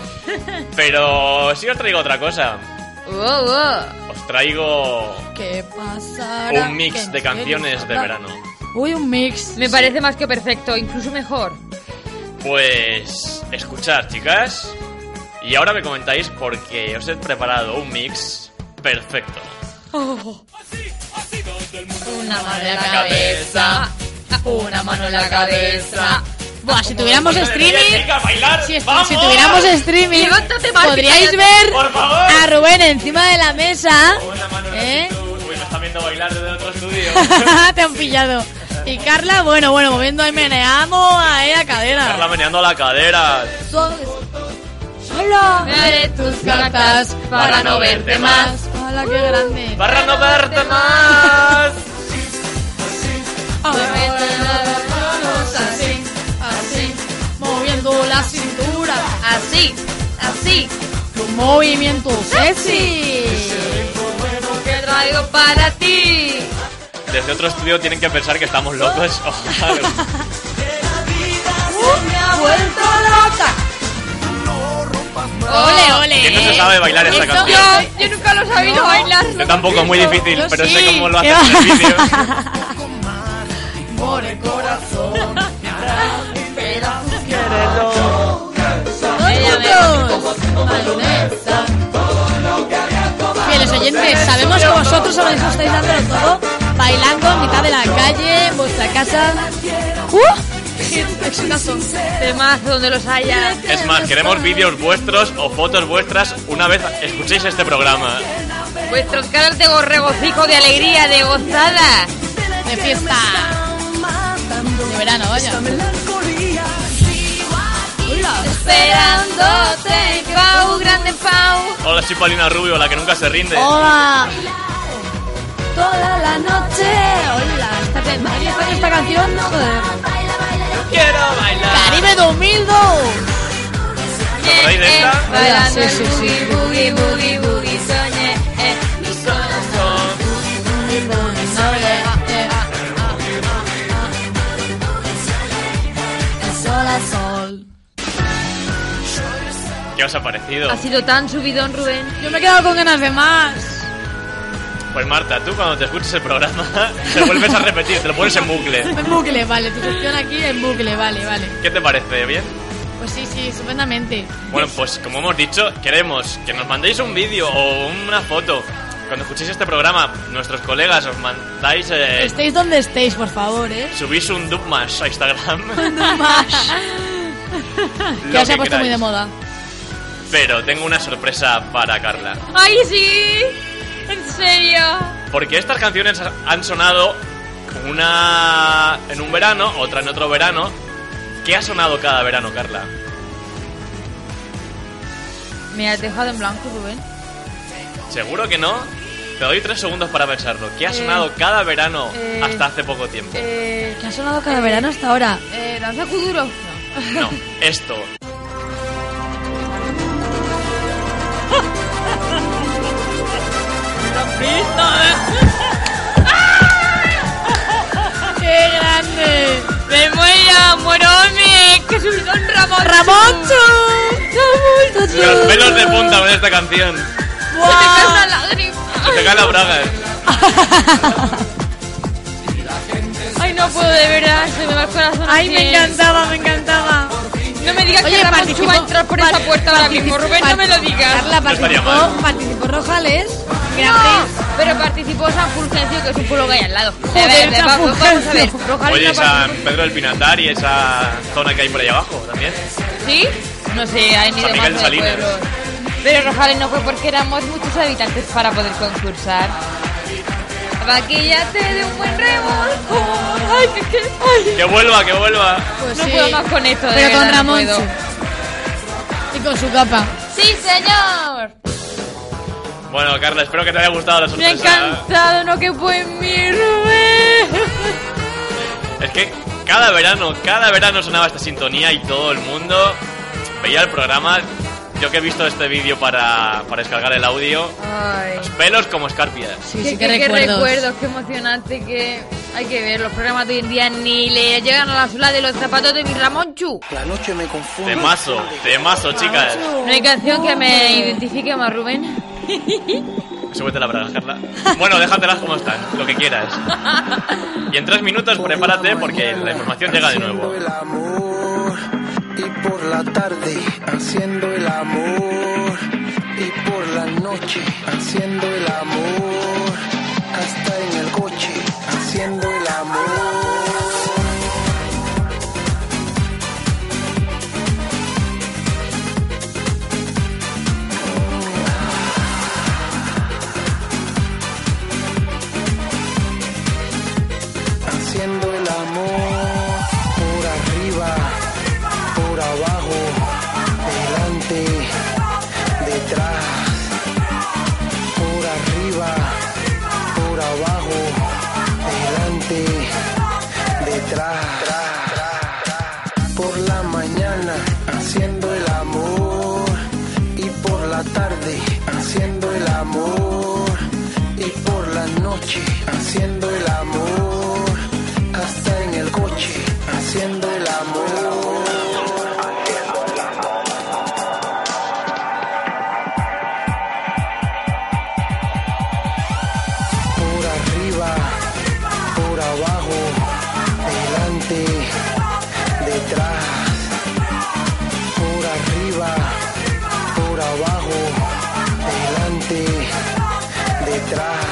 [SPEAKER 2] Pero sí os traigo otra cosa.
[SPEAKER 4] Oh, oh.
[SPEAKER 2] Os traigo
[SPEAKER 3] ¿Qué pasará?
[SPEAKER 2] un
[SPEAKER 3] ¿Qué
[SPEAKER 2] mix de
[SPEAKER 3] quieres
[SPEAKER 2] canciones de
[SPEAKER 3] hablar?
[SPEAKER 2] verano.
[SPEAKER 3] Uy, un mix.
[SPEAKER 4] Me parece más que perfecto, incluso mejor.
[SPEAKER 2] Pues escuchad, chicas. Y ahora me comentáis porque os he preparado un mix perfecto.
[SPEAKER 4] Una mano
[SPEAKER 3] en la cabeza,
[SPEAKER 4] una mano en la
[SPEAKER 3] cabeza. Buah, si tuviéramos streaming.
[SPEAKER 2] Venga, bailar.
[SPEAKER 3] Si, est-
[SPEAKER 2] ¡Vamos!
[SPEAKER 3] si tuviéramos streaming,
[SPEAKER 4] Levántate, Marta,
[SPEAKER 3] podríais
[SPEAKER 4] cállate.
[SPEAKER 3] ver
[SPEAKER 2] Por favor.
[SPEAKER 3] a Rubén encima de la mesa.
[SPEAKER 2] Con la mano en la
[SPEAKER 3] ¿Eh?
[SPEAKER 2] actitud. Uy, me están viendo bailar desde otro estudio.
[SPEAKER 3] Te han pillado. Y Carla, bueno, bueno, moviendo ahí meneamos ahí la cadera.
[SPEAKER 2] Carla meneando la cadera.
[SPEAKER 3] Solo
[SPEAKER 4] Veré
[SPEAKER 3] tus
[SPEAKER 4] cartas
[SPEAKER 2] para no verte más.
[SPEAKER 3] Hola, qué grande.
[SPEAKER 2] Barra no verte más.
[SPEAKER 3] así, así, moviendo la cintura.
[SPEAKER 4] Así, así,
[SPEAKER 3] Tu movimiento sexy.
[SPEAKER 4] ¿Qué traigo para ti?
[SPEAKER 2] Desde otro estudio tienen que pensar que estamos locos. Ojalá.
[SPEAKER 3] Me ha vuelto loca.
[SPEAKER 4] Ole, ole. eh.
[SPEAKER 2] ¿Quién no se sabe bailar esta
[SPEAKER 3] Eso-
[SPEAKER 2] canción?
[SPEAKER 4] Yo, yo nunca lo he sabido bailar.
[SPEAKER 2] Yo tampoco, es muy difícil,
[SPEAKER 3] Yo
[SPEAKER 2] pero
[SPEAKER 3] sí.
[SPEAKER 2] sé cómo lo hacen en el vídeo.
[SPEAKER 3] Fieles oyentes, sabemos que vosotros sobre eso estáis dándolo todo, bailando en mitad de la calle, en vuestra casa. ¡Uh! Es una son-
[SPEAKER 4] Temas donde los haya.
[SPEAKER 2] Es más, queremos vídeos vuestros o fotos vuestras una vez escuchéis este programa.
[SPEAKER 4] Vuestros caras de gorregocijo, de alegría, de gozada.
[SPEAKER 3] de fiesta. De verano, vaya.
[SPEAKER 4] Esperándote, Pau, grande Pau.
[SPEAKER 2] Hola, soy Paulina Rubio, la que nunca se rinde.
[SPEAKER 3] Oh. Hola.
[SPEAKER 8] Toda la noche.
[SPEAKER 3] Hola. Esta, María, ¿cuál es esta canción, joder.
[SPEAKER 2] quiero bailar.
[SPEAKER 3] Caribe 2002.
[SPEAKER 2] ¿Os acordáis de esta?
[SPEAKER 4] Eh, Bailando
[SPEAKER 3] Sí,
[SPEAKER 4] el
[SPEAKER 3] sí,
[SPEAKER 4] boogie, boogie, boogie, boogie, soñé. eh, mi corazón.
[SPEAKER 3] Sol a sol.
[SPEAKER 2] ¿Qué os ha parecido?
[SPEAKER 4] Ha sido tan subidón, Rubén.
[SPEAKER 3] Yo me he quedado con ganas de más.
[SPEAKER 2] Pues Marta, tú cuando te escuches el programa, te vuelves a repetir, te lo pones en bucle.
[SPEAKER 3] En bucle, vale. Tu gestión aquí en bucle, vale, vale.
[SPEAKER 2] ¿Qué te parece? ¿Bien?
[SPEAKER 3] Pues sí, sí, estupendamente.
[SPEAKER 2] Bueno, pues como hemos dicho, queremos que nos mandéis un vídeo o una foto. Cuando escuchéis este programa, nuestros colegas os mandáis... eh,
[SPEAKER 3] Estéis donde estéis, por favor, ¿eh?
[SPEAKER 2] subís un dub más a Instagram.
[SPEAKER 3] No más.
[SPEAKER 2] lo
[SPEAKER 3] Ya se
[SPEAKER 2] que
[SPEAKER 3] ha puesto muy de
[SPEAKER 2] queráis.
[SPEAKER 3] moda.
[SPEAKER 2] Pero tengo una sorpresa para Carla.
[SPEAKER 4] ¡Ay, sí! ¡En serio!
[SPEAKER 2] Porque estas canciones han sonado una en un verano, otra en otro verano. ¿Qué ha sonado cada verano, Carla?
[SPEAKER 4] Me has dejado en blanco, Rubén.
[SPEAKER 2] ¿Seguro que no? Te doy tres segundos para pensarlo. ¿Qué ha
[SPEAKER 4] Eh,
[SPEAKER 2] sonado cada verano
[SPEAKER 4] eh,
[SPEAKER 2] hasta hace poco tiempo?
[SPEAKER 4] Eh,
[SPEAKER 3] ¿Qué ha sonado cada verano hasta ahora?
[SPEAKER 4] eh, danza Kuduro.
[SPEAKER 2] No, esto.
[SPEAKER 3] ¡Qué grande!
[SPEAKER 4] ¡Me muero, morome! ¡Que subidón, Ramón!
[SPEAKER 3] ¡Ramoncho!
[SPEAKER 2] Los pelos de punta con esta canción.
[SPEAKER 4] ¡Se me cae la lágrima!
[SPEAKER 2] Se ¿eh? te caen las bragas.
[SPEAKER 4] ¡Ay, no puedo, de verdad! ¡Se me va el corazón!
[SPEAKER 3] ¡Ay,
[SPEAKER 4] así.
[SPEAKER 3] me encantaba, me encantaba!
[SPEAKER 4] No me digas que Ramón Chu va a entrar por esa puerta ahora mismo. Rubén, no me lo digas.
[SPEAKER 3] Carla
[SPEAKER 2] estaría
[SPEAKER 3] participó,
[SPEAKER 2] mal.
[SPEAKER 3] participó Rojales.
[SPEAKER 4] No, pero participó San Fulgencio, que es un pueblo que hay al lado. A
[SPEAKER 3] Joder,
[SPEAKER 4] ver,
[SPEAKER 3] San
[SPEAKER 4] vamos, vamos a ver.
[SPEAKER 3] Fulgencio.
[SPEAKER 4] Rojales
[SPEAKER 2] Oye,
[SPEAKER 4] no
[SPEAKER 2] San
[SPEAKER 4] participó.
[SPEAKER 2] Pedro del Pinatar y esa zona que hay por ahí abajo también.
[SPEAKER 4] ¿Sí? No sé, hay ni
[SPEAKER 2] San
[SPEAKER 4] de
[SPEAKER 2] Miguel
[SPEAKER 4] más de
[SPEAKER 2] Salinas.
[SPEAKER 4] pueblo. Pero Rojales no fue porque éramos muchos habitantes para poder concursar. Vaquillate de un buen revolcón. Ay, que, que, ay.
[SPEAKER 2] Que vuelva, que vuelva.
[SPEAKER 3] Pues
[SPEAKER 4] No
[SPEAKER 3] sí.
[SPEAKER 4] puedo más con esto, de
[SPEAKER 3] Pero con
[SPEAKER 4] verdad, no
[SPEAKER 3] Ramón
[SPEAKER 4] puedo.
[SPEAKER 3] Y con su capa.
[SPEAKER 4] ¡Sí, señor!
[SPEAKER 2] Bueno, Carla, espero que te haya gustado la
[SPEAKER 4] Me ha
[SPEAKER 2] sorpresa.
[SPEAKER 4] encantado, no que fue en mi Rubén.
[SPEAKER 2] Es que cada verano, cada verano sonaba esta sintonía y todo el mundo veía el programa. Yo que he visto este vídeo para, para descargar el audio,
[SPEAKER 4] Ay.
[SPEAKER 2] los pelos como escarpias.
[SPEAKER 3] Sí,
[SPEAKER 4] Qué,
[SPEAKER 3] sí,
[SPEAKER 4] qué-
[SPEAKER 3] qué
[SPEAKER 4] qué
[SPEAKER 3] recuerdos.
[SPEAKER 4] recuerdos, qué emocionante, que hay que ver. Los programas de hoy en día ni le llegan a la suela de los zapatos de mi Ramonchu.
[SPEAKER 2] Temazo, temazo, chicas.
[SPEAKER 4] No hay canción que
[SPEAKER 3] Oh.
[SPEAKER 4] me identifique más, Rubén.
[SPEAKER 2] Súbete la braga, Carla. Bueno, déjatelas como están, lo que quieras. Y en tres minutos prepárate porque la información llega de nuevo.
[SPEAKER 9] Haciendo el amor y por la tarde haciendo el amor y por la noche haciendo el amor hasta en el coche haciendo el amor. haciendo el amor por arriba, por abajo, delante, detrás, por arriba, por abajo, delante, detrás, por la mañana haciendo el amor y por la tarde haciendo el amor, hasta en el coche, haciendo el amor. Por arriba, por abajo, delante, detrás. Por arriba, por abajo, delante, detrás.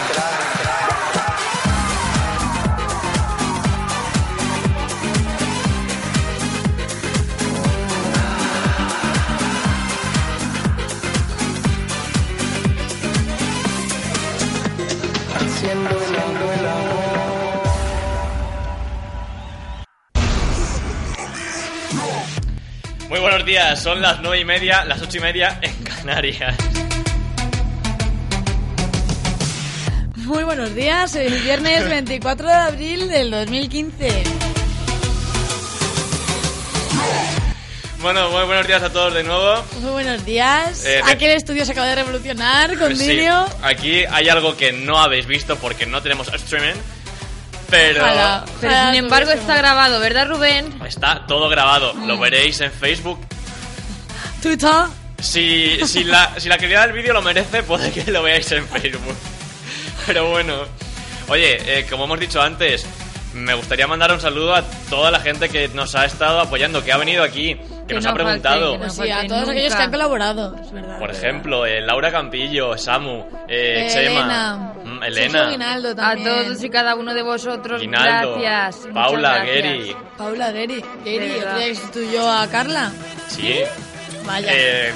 [SPEAKER 9] haciendo el amor, el amor.
[SPEAKER 2] Muy buenos días, son las nueve y media, las ocho y media en Canarias.
[SPEAKER 3] Muy buenos días, hoy es viernes 24 de abril del 2015.
[SPEAKER 2] Bueno, muy buenos días a todos de nuevo.
[SPEAKER 3] Muy buenos días.
[SPEAKER 2] Eh,
[SPEAKER 3] Aquí el estudio se acaba de revolucionar con
[SPEAKER 2] Pues sí,
[SPEAKER 3] vídeo.
[SPEAKER 2] aquí hay algo que no habéis visto porque no tenemos streaming, pero
[SPEAKER 3] Ojalá.
[SPEAKER 4] Pero
[SPEAKER 3] Ah,
[SPEAKER 4] sin
[SPEAKER 3] tú
[SPEAKER 4] embargo
[SPEAKER 3] ves
[SPEAKER 4] está grabado, ¿verdad, Rubén?
[SPEAKER 2] está todo grabado. Lo veréis en Facebook.
[SPEAKER 3] Twitter.
[SPEAKER 2] Si, si, la, si la calidad del vídeo lo merece, puede que lo veáis en Facebook. Pero bueno. Oye, eh, como hemos dicho antes, me gustaría mandar un saludo a toda la gente que nos ha estado apoyando, que ha venido aquí, que,
[SPEAKER 4] Que
[SPEAKER 2] nos
[SPEAKER 4] no
[SPEAKER 2] ha
[SPEAKER 4] falte,
[SPEAKER 2] preguntado.
[SPEAKER 4] que no
[SPEAKER 3] Pues sí, a
[SPEAKER 4] falté
[SPEAKER 3] todos aquellos
[SPEAKER 4] nunca.
[SPEAKER 3] que han colaborado, es verdad.
[SPEAKER 2] Por ejemplo, eh, Laura Campillo, Samu, eh,
[SPEAKER 3] Eh,
[SPEAKER 2] Chema, mm,
[SPEAKER 3] Elena. Sergio
[SPEAKER 2] Elena,
[SPEAKER 3] Guinaldo
[SPEAKER 4] A
[SPEAKER 3] también.
[SPEAKER 4] todos y cada uno de vosotros,
[SPEAKER 2] Guinaldo,
[SPEAKER 4] gracias. muchas
[SPEAKER 2] Paula,
[SPEAKER 4] gracias.
[SPEAKER 2] Gary.
[SPEAKER 3] Paula Geri. Geri,
[SPEAKER 4] De
[SPEAKER 3] el
[SPEAKER 4] verdad.
[SPEAKER 3] día que sustituyó a Carla.
[SPEAKER 2] Sí.
[SPEAKER 3] Vaya.
[SPEAKER 2] Eh,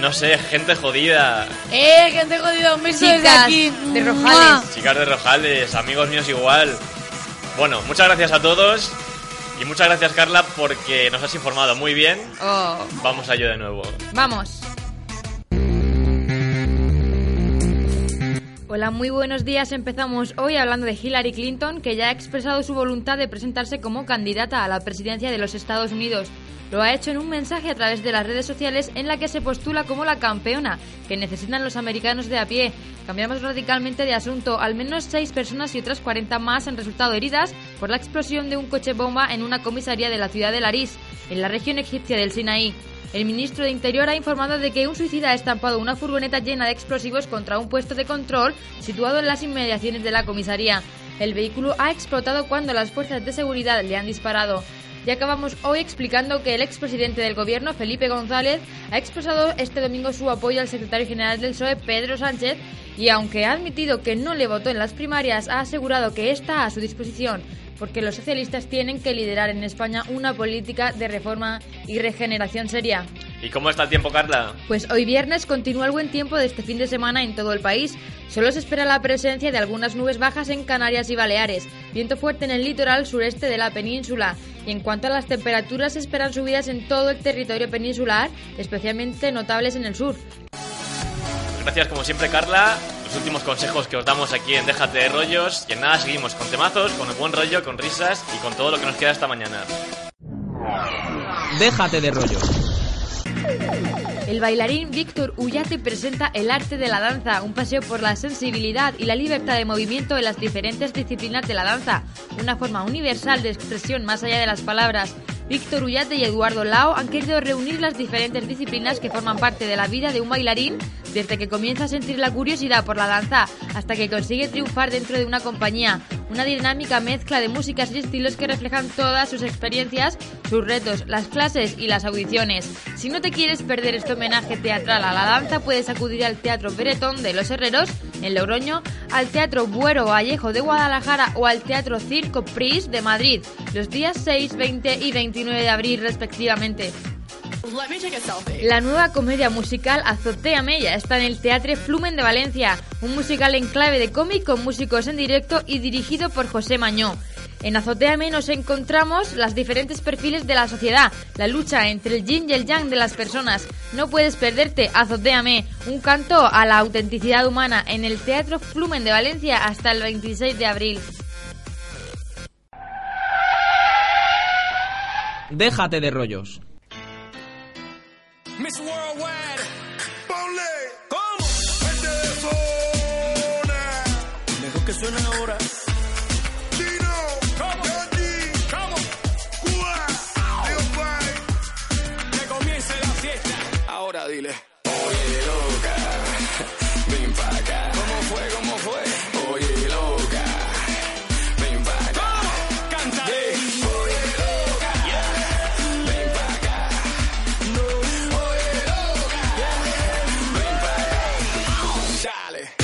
[SPEAKER 2] no sé, gente jodida,
[SPEAKER 3] ¡Eh, gente jodida! Un beso desde
[SPEAKER 4] Chicas
[SPEAKER 3] aquí.
[SPEAKER 4] de
[SPEAKER 3] ¡Mua!
[SPEAKER 4] Rojales.
[SPEAKER 2] chicas de Rojales, amigos míos igual. Bueno, muchas gracias a todos y muchas gracias Carla porque nos has informado muy bien.
[SPEAKER 4] Oh,
[SPEAKER 2] Vamos a ello de nuevo.
[SPEAKER 4] vamos. Hola, muy buenos días. Empezamos hoy hablando de Hillary Clinton, que ya ha expresado su voluntad de presentarse como candidata a la presidencia de los Estados Unidos. Lo ha hecho en un mensaje a través de las redes sociales en la que se postula como la campeona que necesitan los americanos de a pie. Cambiamos radicalmente de asunto. Al menos seis personas y otras 40 más han resultado heridas por la explosión de un coche bomba en una comisaría de la ciudad de Laris, en la región egipcia del Sinaí. El ministro de Interior ha informado de que un suicida ha estampado una furgoneta llena de explosivos contra un puesto de control situado en las inmediaciones de la comisaría. El vehículo ha explotado cuando las fuerzas de seguridad le han disparado. Y acabamos hoy explicando que el expresidente del gobierno, Felipe González, ha expresado este domingo su apoyo al secretario general del PSOE, E, Pedro Sánchez, y aunque ha admitido que no le votó en las primarias, ha asegurado que está a su disposición, porque los socialistas tienen que liderar en España una política de reforma y regeneración seria.
[SPEAKER 2] ¿Y cómo está el tiempo, Carla?
[SPEAKER 4] Pues hoy viernes continúa el buen tiempo de este fin de semana en todo el país. Solo se espera la presencia de algunas nubes bajas en Canarias y Baleares, viento fuerte en el litoral sureste de la península. Y en cuanto a las temperaturas, se esperan subidas en todo el territorio peninsular, especialmente notables en el sur.
[SPEAKER 2] Gracias como siempre, Carla. Los últimos consejos que os damos aquí en Déjate de Rollos. Y en nada, seguimos con temazos, con el buen rollo, con risas y con todo lo que nos queda esta mañana.
[SPEAKER 5] Déjate de rollos.
[SPEAKER 4] El bailarín Víctor Ullate presenta El arte de la danza, un paseo por la sensibilidad y la libertad de movimiento en las diferentes disciplinas de la danza, una forma universal de expresión más allá de las palabras. Víctor Ullate y Eduardo Lao han querido reunir las diferentes disciplinas que forman parte de la vida de un bailarín desde que comienza a sentir la curiosidad por la danza hasta que consigue triunfar dentro de una compañía. Una dinámica mezcla de músicas y estilos que reflejan todas sus experiencias, sus retos, las clases y las audiciones. Si no te quieres perder este homenaje teatral a la danza, puedes acudir al Teatro Beretón de Los Herreros, en Logroño, al Teatro Buero Vallejo de Guadalajara o al Teatro Circo Pris de Madrid, los días 6, 20 y 29 de abril respectivamente. La nueva comedia musical Azotea Mella está en el Teatre Flumen de Valencia, un musical en clave de cómic con músicos en directo y dirigido por José Mañó. En Azotea Mella nos encontramos los diferentes perfiles de la sociedad, la lucha entre el yin y el yang de las personas. No puedes perderte Azoteame, un canto a la autenticidad humana en el Teatro Flumen de Valencia hasta el 26 de abril.
[SPEAKER 5] Déjate de rollos.
[SPEAKER 10] Miss Worldwide.
[SPEAKER 11] Este
[SPEAKER 10] Ponle. ¿Cómo? Mete zona. Lejos que
[SPEAKER 11] suena ahora. Dino, Gandhi, Cuba, Leopard. Que comience la fiesta. Ahora dile. Oye, loca, ven para acá. ¿Cómo fue? ¿Cómo fue? Oye, loca, ven para acá. ¡Vamos! ¡Canta! Oye, loca, ven para acá. Oye, loca, ven para acá. Dale.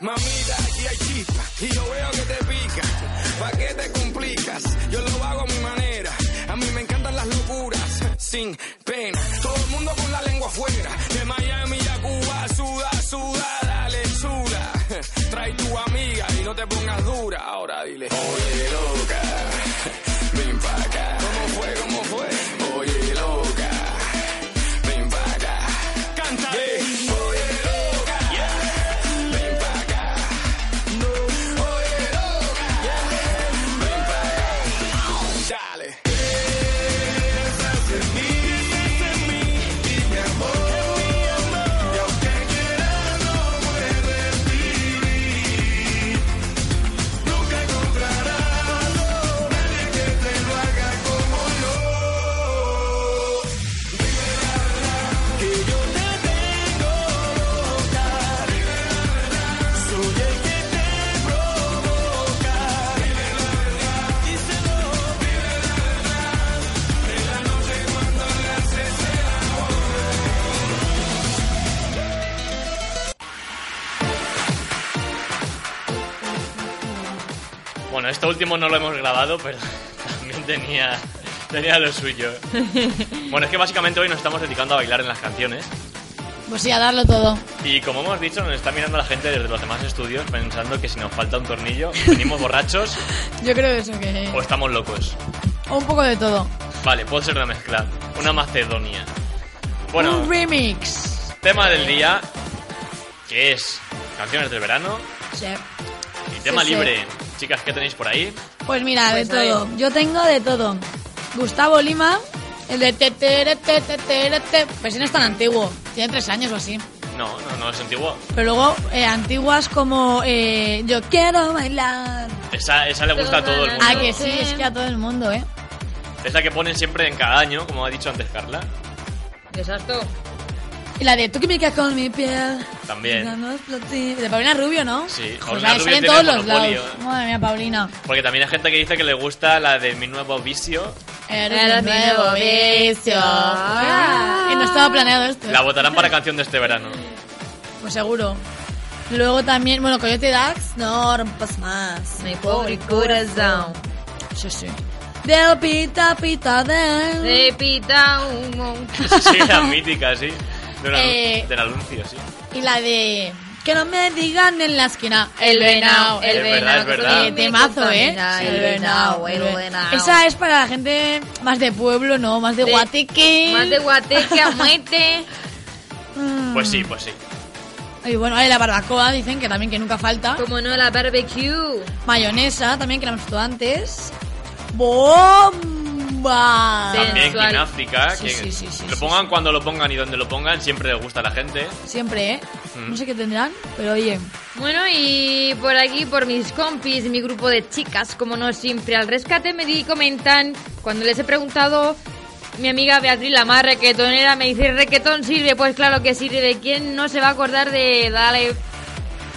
[SPEAKER 11] Mamita, aquí hay chispa y yo veo que te pica. ¿Pa' qué te complicas? Yo lo hago a mi manera. A mí me encantan las locuras, sin pena. Todo el mundo con la lengua afuera. De Miami a Cuba, suda, suda, dale chula. Trae tu amiga y no te pongas dura. Ahora dile. Oye, loca, ven pa' acá. ¿Cómo fue? ¿Cómo fue? Oye, loca, ven pa' acá. Canta. Oye, loca, ven pa' acá. Oye, loca, ven pa' acá. Dale.
[SPEAKER 2] Bueno, esto último no lo hemos grabado, pero también tenía, tenía lo suyo. Bueno, es que básicamente hoy nos estamos dedicando a bailar en las canciones.
[SPEAKER 3] Pues sí, a darlo todo.
[SPEAKER 2] Y como hemos dicho, nos está mirando la gente desde los demás estudios pensando que si nos falta un tornillo, venimos borrachos
[SPEAKER 3] Yo creo eso que...
[SPEAKER 2] o estamos locos.
[SPEAKER 3] o Un poco de todo.
[SPEAKER 2] Vale, puede ser una mezcla. Una Macedonia. Bueno,
[SPEAKER 3] Un remix.
[SPEAKER 2] tema del día, que es canciones del verano
[SPEAKER 3] Sí.
[SPEAKER 2] y tema
[SPEAKER 3] sí.
[SPEAKER 2] libre. Chicas, ¿qué tenéis por ahí?
[SPEAKER 3] Pues mira,
[SPEAKER 4] Pues
[SPEAKER 3] de
[SPEAKER 4] a
[SPEAKER 3] todo. Yo tengo de todo. Gustavo Lima, el de te, te, re, te, te, te, re, te. Pues sí, no es tan antiguo. Tiene tres años o así.
[SPEAKER 2] No, no, no es antiguo.
[SPEAKER 3] Pero luego eh, antiguas como eh, Yo quiero bailar.
[SPEAKER 2] Esa, esa le gusta a todo el mundo.
[SPEAKER 3] Ah, que sí, es que a todo el mundo, ¿eh?
[SPEAKER 2] Es la que ponen siempre en cada año, como ha dicho antes Carla.
[SPEAKER 4] Exacto.
[SPEAKER 3] Y la de Tú que me quedas con mi piel.
[SPEAKER 2] También.
[SPEAKER 3] No exploté. De Paulina Rubio, ¿no? Pues
[SPEAKER 2] Sí,
[SPEAKER 3] Joder,
[SPEAKER 2] Paulina
[SPEAKER 3] ahí
[SPEAKER 2] Rubio
[SPEAKER 3] sale en
[SPEAKER 2] tiene
[SPEAKER 3] todos los
[SPEAKER 2] monopolio,
[SPEAKER 3] lados.
[SPEAKER 2] ¿eh?
[SPEAKER 3] Madre mía, Paulina.
[SPEAKER 2] Porque también hay gente que dice que le gusta la de mi nuevo vicio.
[SPEAKER 3] Eres,
[SPEAKER 4] Eres
[SPEAKER 3] mi
[SPEAKER 4] mi
[SPEAKER 3] nuevo
[SPEAKER 4] nuevo
[SPEAKER 3] vicio.
[SPEAKER 4] vicio. Ah.
[SPEAKER 3] Y no estaba planeado esto. ¿eh?
[SPEAKER 2] La votarán para canción de este verano.
[SPEAKER 3] Pues seguro. Luego también, bueno, Coyote Dax, no rompas más.
[SPEAKER 4] Mi pobre corazón.
[SPEAKER 3] Sí, sí. Del pita pita del.
[SPEAKER 4] Repita un mon-
[SPEAKER 2] Sí, la mítica, sí. De una-
[SPEAKER 3] Eh.
[SPEAKER 2] Del anuncio, sí.
[SPEAKER 3] Y la de. Que no me digan en la esquina.
[SPEAKER 4] El venao, el
[SPEAKER 2] Es verdad, es
[SPEAKER 4] venao.
[SPEAKER 2] verdad.
[SPEAKER 4] que
[SPEAKER 3] Eh, temazo, ¿eh?
[SPEAKER 4] contamina,
[SPEAKER 3] Sí,
[SPEAKER 4] El venao, el venao.
[SPEAKER 3] Esa es para la gente más de pueblo, ¿no? Más de,
[SPEAKER 4] De-
[SPEAKER 3] Guateque.
[SPEAKER 4] Más de guateque a muerte.
[SPEAKER 3] Mm.
[SPEAKER 2] Pues sí, pues sí.
[SPEAKER 3] Y bueno, hay la barbacoa, dicen que también que nunca falta.
[SPEAKER 4] Como no, la barbecue.
[SPEAKER 3] Mayonesa, también que la hemos visto antes. ¡Bomba!
[SPEAKER 4] Sí.
[SPEAKER 2] También
[SPEAKER 4] Sensual.
[SPEAKER 2] en África,
[SPEAKER 3] Sí,
[SPEAKER 2] que
[SPEAKER 3] sí, sí, sí,
[SPEAKER 2] lo
[SPEAKER 3] sí,
[SPEAKER 2] pongan
[SPEAKER 3] sí.
[SPEAKER 2] cuando lo pongan y donde lo pongan, siempre le gusta a la gente.
[SPEAKER 3] Siempre, ¿eh?
[SPEAKER 2] Mm.
[SPEAKER 3] No sé qué tendrán, pero oye.
[SPEAKER 4] Bueno, y por aquí, por mis compis, mi grupo de chicas, como no siempre al rescate, me di comentan, cuando les he preguntado, mi amiga Beatriz Lamar, requetonera, me dice, ¿requetón sirve? Pues claro que sirve, ¿de quién no se va a acordar de dale,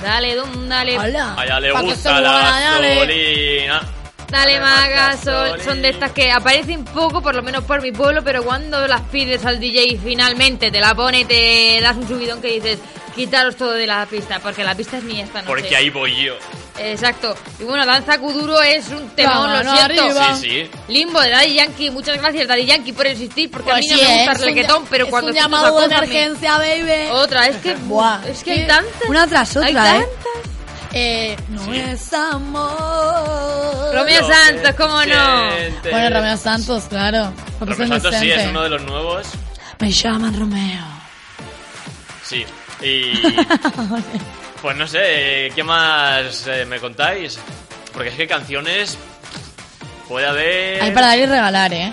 [SPEAKER 4] dale, dum, dale,
[SPEAKER 3] ¡Hala!
[SPEAKER 2] Allá le
[SPEAKER 3] Pa' que
[SPEAKER 2] gusta
[SPEAKER 3] se
[SPEAKER 2] la
[SPEAKER 3] muera, dale.
[SPEAKER 2] gasolina.
[SPEAKER 4] dale maga,
[SPEAKER 2] sol
[SPEAKER 4] sol? Son de estas que aparecen poco, por lo menos por mi pueblo, pero cuando las pides al DJ y finalmente te la pone, te das un subidón que dices, quitaros todo de la pista, porque la pista es mía esta noche.
[SPEAKER 2] Porque ahí voy yo.
[SPEAKER 4] Exacto. Y bueno, Danza Kuduro es un temón,
[SPEAKER 3] Claro,
[SPEAKER 4] lo siento.
[SPEAKER 3] arriba.
[SPEAKER 2] Sí, sí.
[SPEAKER 4] Limbo de Daddy Yankee, muchas gracias Daddy Yankee por existir, porque
[SPEAKER 3] Pues
[SPEAKER 4] a mí no
[SPEAKER 3] sí,
[SPEAKER 4] me
[SPEAKER 3] ¿eh?
[SPEAKER 4] gusta
[SPEAKER 3] Es
[SPEAKER 4] el
[SPEAKER 3] un
[SPEAKER 4] reggaetón,
[SPEAKER 3] ya-
[SPEAKER 4] pero
[SPEAKER 3] es
[SPEAKER 4] cuando
[SPEAKER 3] un
[SPEAKER 4] tú te Oh.
[SPEAKER 3] llamado de
[SPEAKER 4] tocas a mí-
[SPEAKER 3] emergencia, baby.
[SPEAKER 4] Otra, es que
[SPEAKER 3] Buah,
[SPEAKER 4] es que hay tantas.
[SPEAKER 3] Una tras otra,
[SPEAKER 4] Hay
[SPEAKER 3] ¿eh?
[SPEAKER 4] tantas.
[SPEAKER 3] Eh, no es amor.
[SPEAKER 4] Romeo
[SPEAKER 2] Lo
[SPEAKER 4] Santos, cómo no.
[SPEAKER 2] sientes.
[SPEAKER 3] Bueno, Romeo Santos, claro. Porque
[SPEAKER 2] Romeo
[SPEAKER 3] soy
[SPEAKER 2] Santos sí,
[SPEAKER 3] inocente.
[SPEAKER 2] es uno de los nuevos.
[SPEAKER 3] Me llaman Romeo.
[SPEAKER 2] Sí. Y. pues no sé, eh, ¿qué más eh, me contáis? Porque es que canciones. Puede haber.
[SPEAKER 3] Hay para dar y regalar, ¿eh?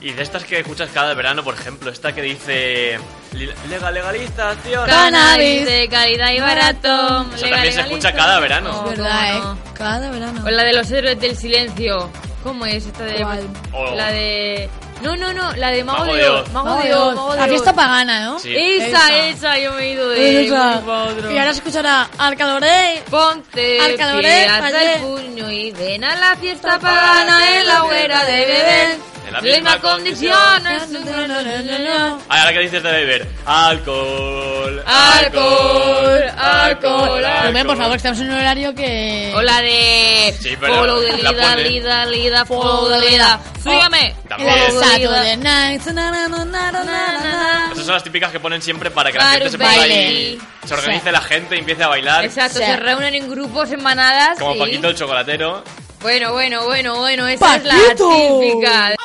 [SPEAKER 2] Y de estas que escuchas cada verano, por ejemplo, esta que dice. "Li- Legal, legalización.
[SPEAKER 3] Ca-
[SPEAKER 4] Cannabis
[SPEAKER 3] Cannabis.
[SPEAKER 4] de calidad y barato.
[SPEAKER 2] Eso
[SPEAKER 4] Legal,
[SPEAKER 2] también se
[SPEAKER 4] legal,
[SPEAKER 2] escucha
[SPEAKER 4] legal.
[SPEAKER 2] cada verano.
[SPEAKER 4] No,
[SPEAKER 2] Es
[SPEAKER 3] Es
[SPEAKER 2] Oh,
[SPEAKER 3] verdad,
[SPEAKER 4] no, no.
[SPEAKER 3] ¿eh? Cada verano.
[SPEAKER 4] O la de los héroes del silencio. ¿Cómo es esta de.?
[SPEAKER 3] ¿Cuál?
[SPEAKER 2] Oh.
[SPEAKER 4] La de. No, no, no, la de Mago,
[SPEAKER 2] Mago
[SPEAKER 4] de
[SPEAKER 2] de
[SPEAKER 4] Oz.
[SPEAKER 2] Oz.
[SPEAKER 4] Mago
[SPEAKER 3] Ay,
[SPEAKER 4] de Oz.
[SPEAKER 3] Dios.
[SPEAKER 4] Mago de
[SPEAKER 3] La
[SPEAKER 4] Oz.
[SPEAKER 3] fiesta pagana, ¿no?
[SPEAKER 2] Sí.
[SPEAKER 4] Esa,
[SPEAKER 3] Esa.
[SPEAKER 4] esa, yo me he ido de
[SPEAKER 3] Esa.
[SPEAKER 4] uno pa' otro.
[SPEAKER 3] Y ahora se escuchará al calor de...
[SPEAKER 4] Ponte
[SPEAKER 3] Al calor,
[SPEAKER 4] pie
[SPEAKER 3] eh,
[SPEAKER 4] hasta
[SPEAKER 3] vaya.
[SPEAKER 4] el puño y ven a la fiesta pagana en la huera de beber.
[SPEAKER 2] En la
[SPEAKER 4] Misma
[SPEAKER 2] misma condición.
[SPEAKER 4] condición. es- no, no, no, no, no.
[SPEAKER 2] Ah, Ahora que dices de beber. Alcohol.
[SPEAKER 4] Alcohol, alcohol,
[SPEAKER 3] Rubén, por favor, estamos en un horario que...
[SPEAKER 4] O la de
[SPEAKER 2] Sí, pero
[SPEAKER 4] follow the
[SPEAKER 2] la
[SPEAKER 4] leader,
[SPEAKER 2] pone.
[SPEAKER 4] leader, leader, follow the leader.
[SPEAKER 3] Oh,
[SPEAKER 4] Sígame.
[SPEAKER 2] También.
[SPEAKER 3] El
[SPEAKER 4] Follow the
[SPEAKER 3] Saturday
[SPEAKER 4] leader.
[SPEAKER 3] night. na, na, na, na, na, na, na.
[SPEAKER 2] Esas son las típicas que ponen siempre para que la
[SPEAKER 4] Para
[SPEAKER 2] gente
[SPEAKER 4] un
[SPEAKER 2] se ponga
[SPEAKER 3] baile.
[SPEAKER 2] ahí. Se organice la gente y empiece a bailar.
[SPEAKER 4] Exacto,
[SPEAKER 3] Sí.
[SPEAKER 4] se reúnen en grupos, en manadas.
[SPEAKER 2] Como
[SPEAKER 4] y-
[SPEAKER 2] Paquito el chocolatero.
[SPEAKER 4] Bueno, bueno, bueno, bueno, esa
[SPEAKER 3] ¡Paquito!
[SPEAKER 4] es la típica.
[SPEAKER 3] Aquí.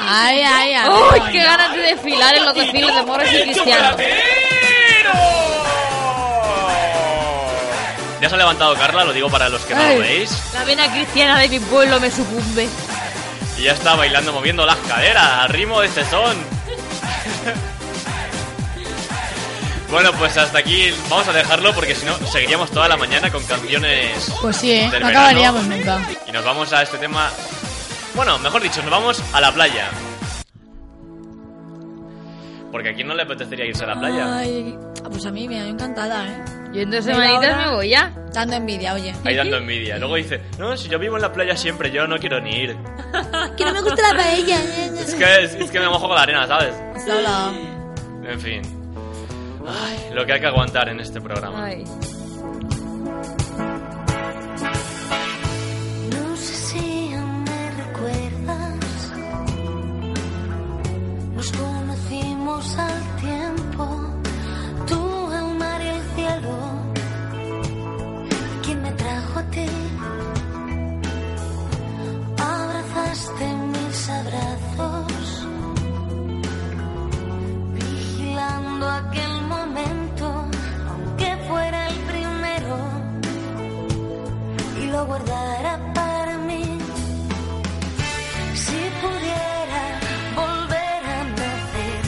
[SPEAKER 3] Ay, ay, ay.
[SPEAKER 4] ¡Uy, qué ganas de desfilar en los desfiles de morros y cristianos!
[SPEAKER 2] Ya se ha levantado Carla, lo digo para los que no
[SPEAKER 3] Ay.
[SPEAKER 2] lo veis.
[SPEAKER 4] La vena cristiana de mi pueblo me sucumbe.
[SPEAKER 2] Y ya está bailando, moviendo las caderas al ritmo de este son. bueno, pues hasta aquí vamos a dejarlo porque si no seguiríamos toda la mañana con canciones.
[SPEAKER 3] Pues sí, ¿eh?
[SPEAKER 2] del
[SPEAKER 3] No
[SPEAKER 2] verano.
[SPEAKER 3] acabaríamos nunca.
[SPEAKER 2] Y nos vamos a este tema. Bueno, mejor dicho, nos vamos a la playa. Porque a quién no le apetecería irse a la playa.
[SPEAKER 3] Ay, pues a mí me ha encantada, ¿eh?
[SPEAKER 4] Yo en dos
[SPEAKER 3] Pero
[SPEAKER 4] semanitas
[SPEAKER 3] ahora-
[SPEAKER 4] me voy ya.
[SPEAKER 3] Dando envidia, oye.
[SPEAKER 2] Ahí dando envidia. Luego dice, no, si yo vivo en la playa siempre, yo no quiero ni ir.
[SPEAKER 3] Que no me gusta la paella.
[SPEAKER 2] Es que, es, es que me mojo con la arena, ¿sabes?
[SPEAKER 3] Hola.
[SPEAKER 2] En fin. Ay, lo que hay que aguantar en este programa.
[SPEAKER 4] Ay.
[SPEAKER 12] No sé si aún me recuerdas. Nos conocimos al tiempo, tú a un mar y el cielo. ¿Quién me trajo a ti? Abrazaste mis abrazos, vigilando aquel momento, aunque fuera el primero y lo guardara para mí. Si pudiera volver a nacer,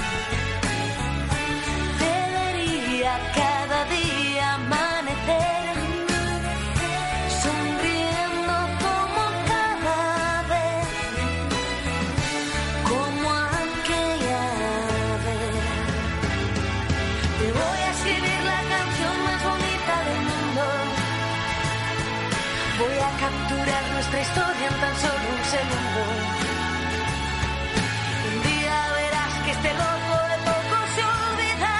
[SPEAKER 12] te daría cada día amanecer, sonriendo como cada vez, como aquella vez. Te voy a escribir la canción más bonita del mundo. Voy a capturar nuestra historia en tan solo un segundo. Un día verás que este loco de poco se olvida.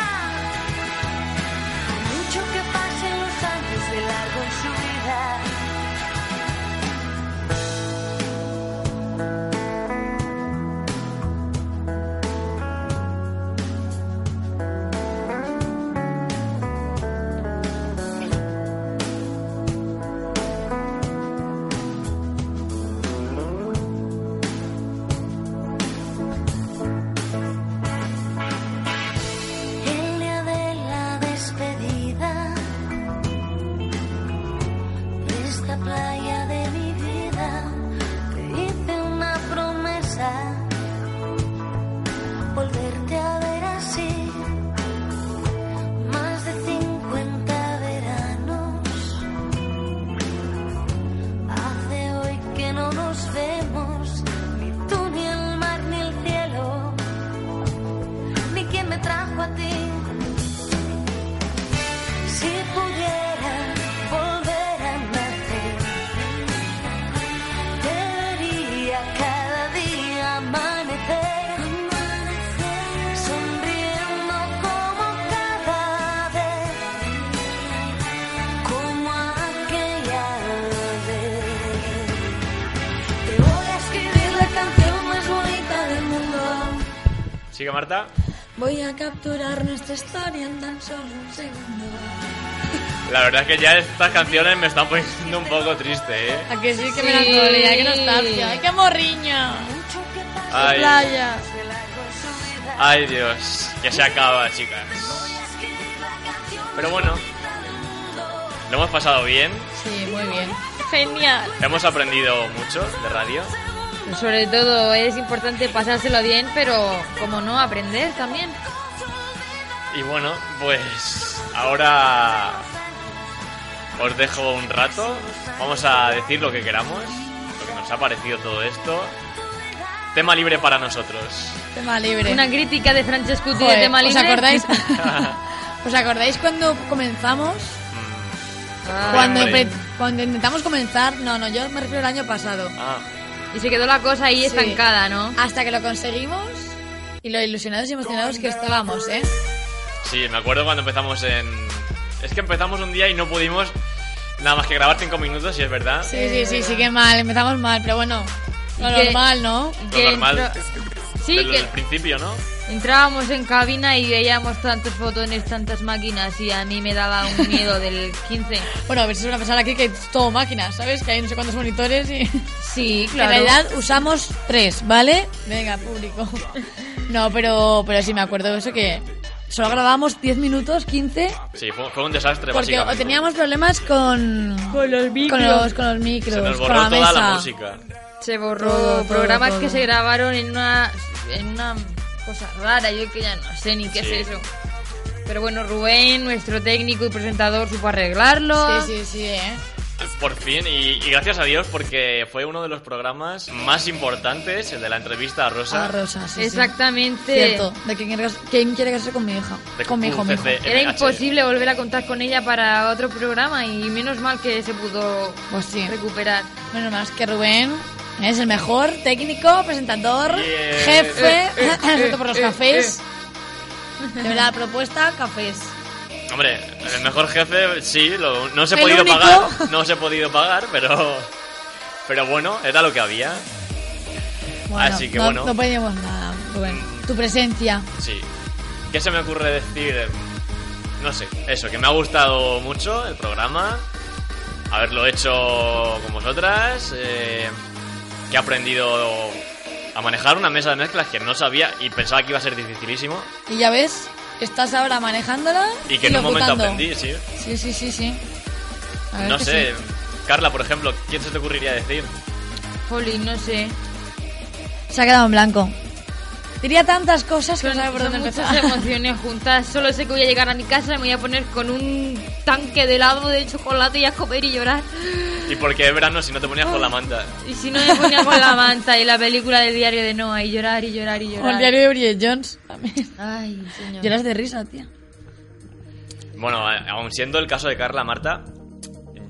[SPEAKER 12] Por Mucho que pasen los años de largo en su vida.
[SPEAKER 2] Venga, Marta.
[SPEAKER 3] Voy a capturar nuestra historia en tan solo un segundo.
[SPEAKER 2] La verdad es que ya estas canciones me están poniendo un poco triste, ¿eh?
[SPEAKER 3] ¿A que sí? Qué melancolía, qué nostalgia, qué morriña.
[SPEAKER 2] Ay.
[SPEAKER 3] Playa.
[SPEAKER 2] Ay, Dios. Ya se acaba, chicas. Pero bueno. Lo hemos pasado bien.
[SPEAKER 13] Sí, muy bien. Genial.
[SPEAKER 2] Hemos aprendido mucho de radio.
[SPEAKER 4] Pues Sobre todo es importante pasárselo bien, pero como no, aprender también.
[SPEAKER 2] Y bueno, pues ahora os dejo un rato. Vamos a decir lo que queramos, lo que nos ha parecido todo esto. Tema libre para nosotros.
[SPEAKER 3] Tema libre.
[SPEAKER 4] Una crítica de Francescuti de
[SPEAKER 3] Joder,
[SPEAKER 4] tema
[SPEAKER 3] ¿Os
[SPEAKER 4] libre.
[SPEAKER 3] acordáis? ¿Os acordáis cuando comenzamos?
[SPEAKER 2] Mm.
[SPEAKER 4] Ah,
[SPEAKER 3] Cuando,
[SPEAKER 2] hombre.
[SPEAKER 3] pre- cuando intentamos comenzar, no, no, yo me refiero al año pasado.
[SPEAKER 2] Ah,
[SPEAKER 4] Y se quedó la cosa ahí
[SPEAKER 3] Sí.
[SPEAKER 4] estancada, ¿no?
[SPEAKER 3] Hasta que lo conseguimos y lo ilusionados y emocionados que estábamos, ¿eh?
[SPEAKER 2] sí, me acuerdo cuando empezamos en... Es que empezamos un día y no pudimos nada más que grabar cinco minutos, si es verdad.
[SPEAKER 3] Sí, sí, sí, sí, que mal, empezamos mal, pero bueno, lo
[SPEAKER 4] ¿Y qué?
[SPEAKER 3] normal, ¿no?
[SPEAKER 2] Lo
[SPEAKER 4] Que
[SPEAKER 2] normal.
[SPEAKER 4] entró- Sí,
[SPEAKER 2] Desde
[SPEAKER 4] que
[SPEAKER 2] el principio, ¿no?
[SPEAKER 4] entrábamos en cabina y veíamos tantos fotones, tantas máquinas y a mí me daba un miedo del 15.
[SPEAKER 3] Bueno, a ver si es una persona aquí que es todo máquina, ¿sabes? Que hay no sé cuántos monitores y...
[SPEAKER 4] Sí,
[SPEAKER 3] En realidad usamos tres, ¿vale? Venga, público. No, pero, pero sí me acuerdo eso que solo grabábamos 10 minutos, 15,
[SPEAKER 2] Sí, fue, fue un desastre,
[SPEAKER 3] porque o
[SPEAKER 2] básicamente.
[SPEAKER 3] teníamos problemas con...
[SPEAKER 4] Con los
[SPEAKER 3] Con los, con los micros,
[SPEAKER 2] Se nos
[SPEAKER 3] con
[SPEAKER 2] borró
[SPEAKER 3] la
[SPEAKER 2] toda
[SPEAKER 3] mesa.
[SPEAKER 2] la música.
[SPEAKER 4] Se borró
[SPEAKER 3] Todo, todo,
[SPEAKER 4] programas
[SPEAKER 3] todo.
[SPEAKER 4] que se grabaron en una, en una cosa rara, yo que ya no sé ni qué
[SPEAKER 2] Sí.
[SPEAKER 4] es eso. Pero bueno, Rubén, nuestro técnico y presentador, supo arreglarlo.
[SPEAKER 3] Sí, sí, sí, ¿eh?
[SPEAKER 2] Por fin, y, y gracias a Dios porque fue uno de los programas más importantes, el de la entrevista a Rosa.
[SPEAKER 3] Ah, Rosa, sí, sí.
[SPEAKER 4] Exactamente.
[SPEAKER 3] Cierto, de quién quiere, cas- quién quiere casarse con mi hija.
[SPEAKER 2] de
[SPEAKER 3] Con mi hijo, mi hijo.
[SPEAKER 2] QCCMH.
[SPEAKER 4] Era imposible volver a contar con ella para otro programa y menos mal que se pudo
[SPEAKER 3] Pues sí.
[SPEAKER 4] recuperar.
[SPEAKER 3] Bueno, más que Rubén es el mejor técnico, presentador,
[SPEAKER 2] Yes.
[SPEAKER 3] jefe,
[SPEAKER 4] Eh, eh,
[SPEAKER 3] excepto por los
[SPEAKER 4] eh,
[SPEAKER 3] cafés.
[SPEAKER 2] eh.
[SPEAKER 3] De verdad, propuesta, cafés.
[SPEAKER 2] Hombre, el mejor jefe, sí, lo- no se ha
[SPEAKER 3] El
[SPEAKER 2] podido
[SPEAKER 3] único.
[SPEAKER 2] pagar. No se ha podido pagar, pero. Pero bueno, era lo que había.
[SPEAKER 3] Bueno,
[SPEAKER 2] Así que
[SPEAKER 3] no,
[SPEAKER 2] bueno.
[SPEAKER 3] no pedimos nada, Rubén. Tu presencia.
[SPEAKER 2] Sí. ¿Qué se me ocurre decir? No sé, eso, que me ha gustado mucho el programa, haberlo hecho con vosotras, eh, que he aprendido a manejar una mesa de mezclas que no sabía y pensaba que iba a ser dificilísimo
[SPEAKER 3] Y ya ves, estás ahora manejándola
[SPEAKER 2] y que en un momento
[SPEAKER 3] locutando.
[SPEAKER 2] aprendí, sí.
[SPEAKER 3] Sí, sí, sí, sí. La verdad
[SPEAKER 2] No
[SPEAKER 3] es que
[SPEAKER 2] sé,
[SPEAKER 3] sí.
[SPEAKER 2] Carla, por ejemplo, ¿quién se te ocurriría decir?
[SPEAKER 4] Jolín, no sé.
[SPEAKER 3] Se ha quedado en blanco. Diría tantas cosas que no
[SPEAKER 4] Son,
[SPEAKER 3] sabe por
[SPEAKER 4] son
[SPEAKER 3] dónde
[SPEAKER 4] muchas
[SPEAKER 3] empezar.
[SPEAKER 4] emociones juntas. Solo sé que voy a llegar a mi casa y me voy a poner con un tanque de helado de chocolate y a comer y llorar.
[SPEAKER 2] ¿Y por qué verano si no te ponías con la manta?
[SPEAKER 4] Y si no me ponía con la manta y la película del diario de Noah y llorar y llorar y
[SPEAKER 3] O el
[SPEAKER 4] llorar.
[SPEAKER 3] diario de Bridget Jones. también.
[SPEAKER 4] Ay, señor.
[SPEAKER 3] Lloras de risa, tía.
[SPEAKER 2] Bueno, a- aun siendo el caso de Carla Marta,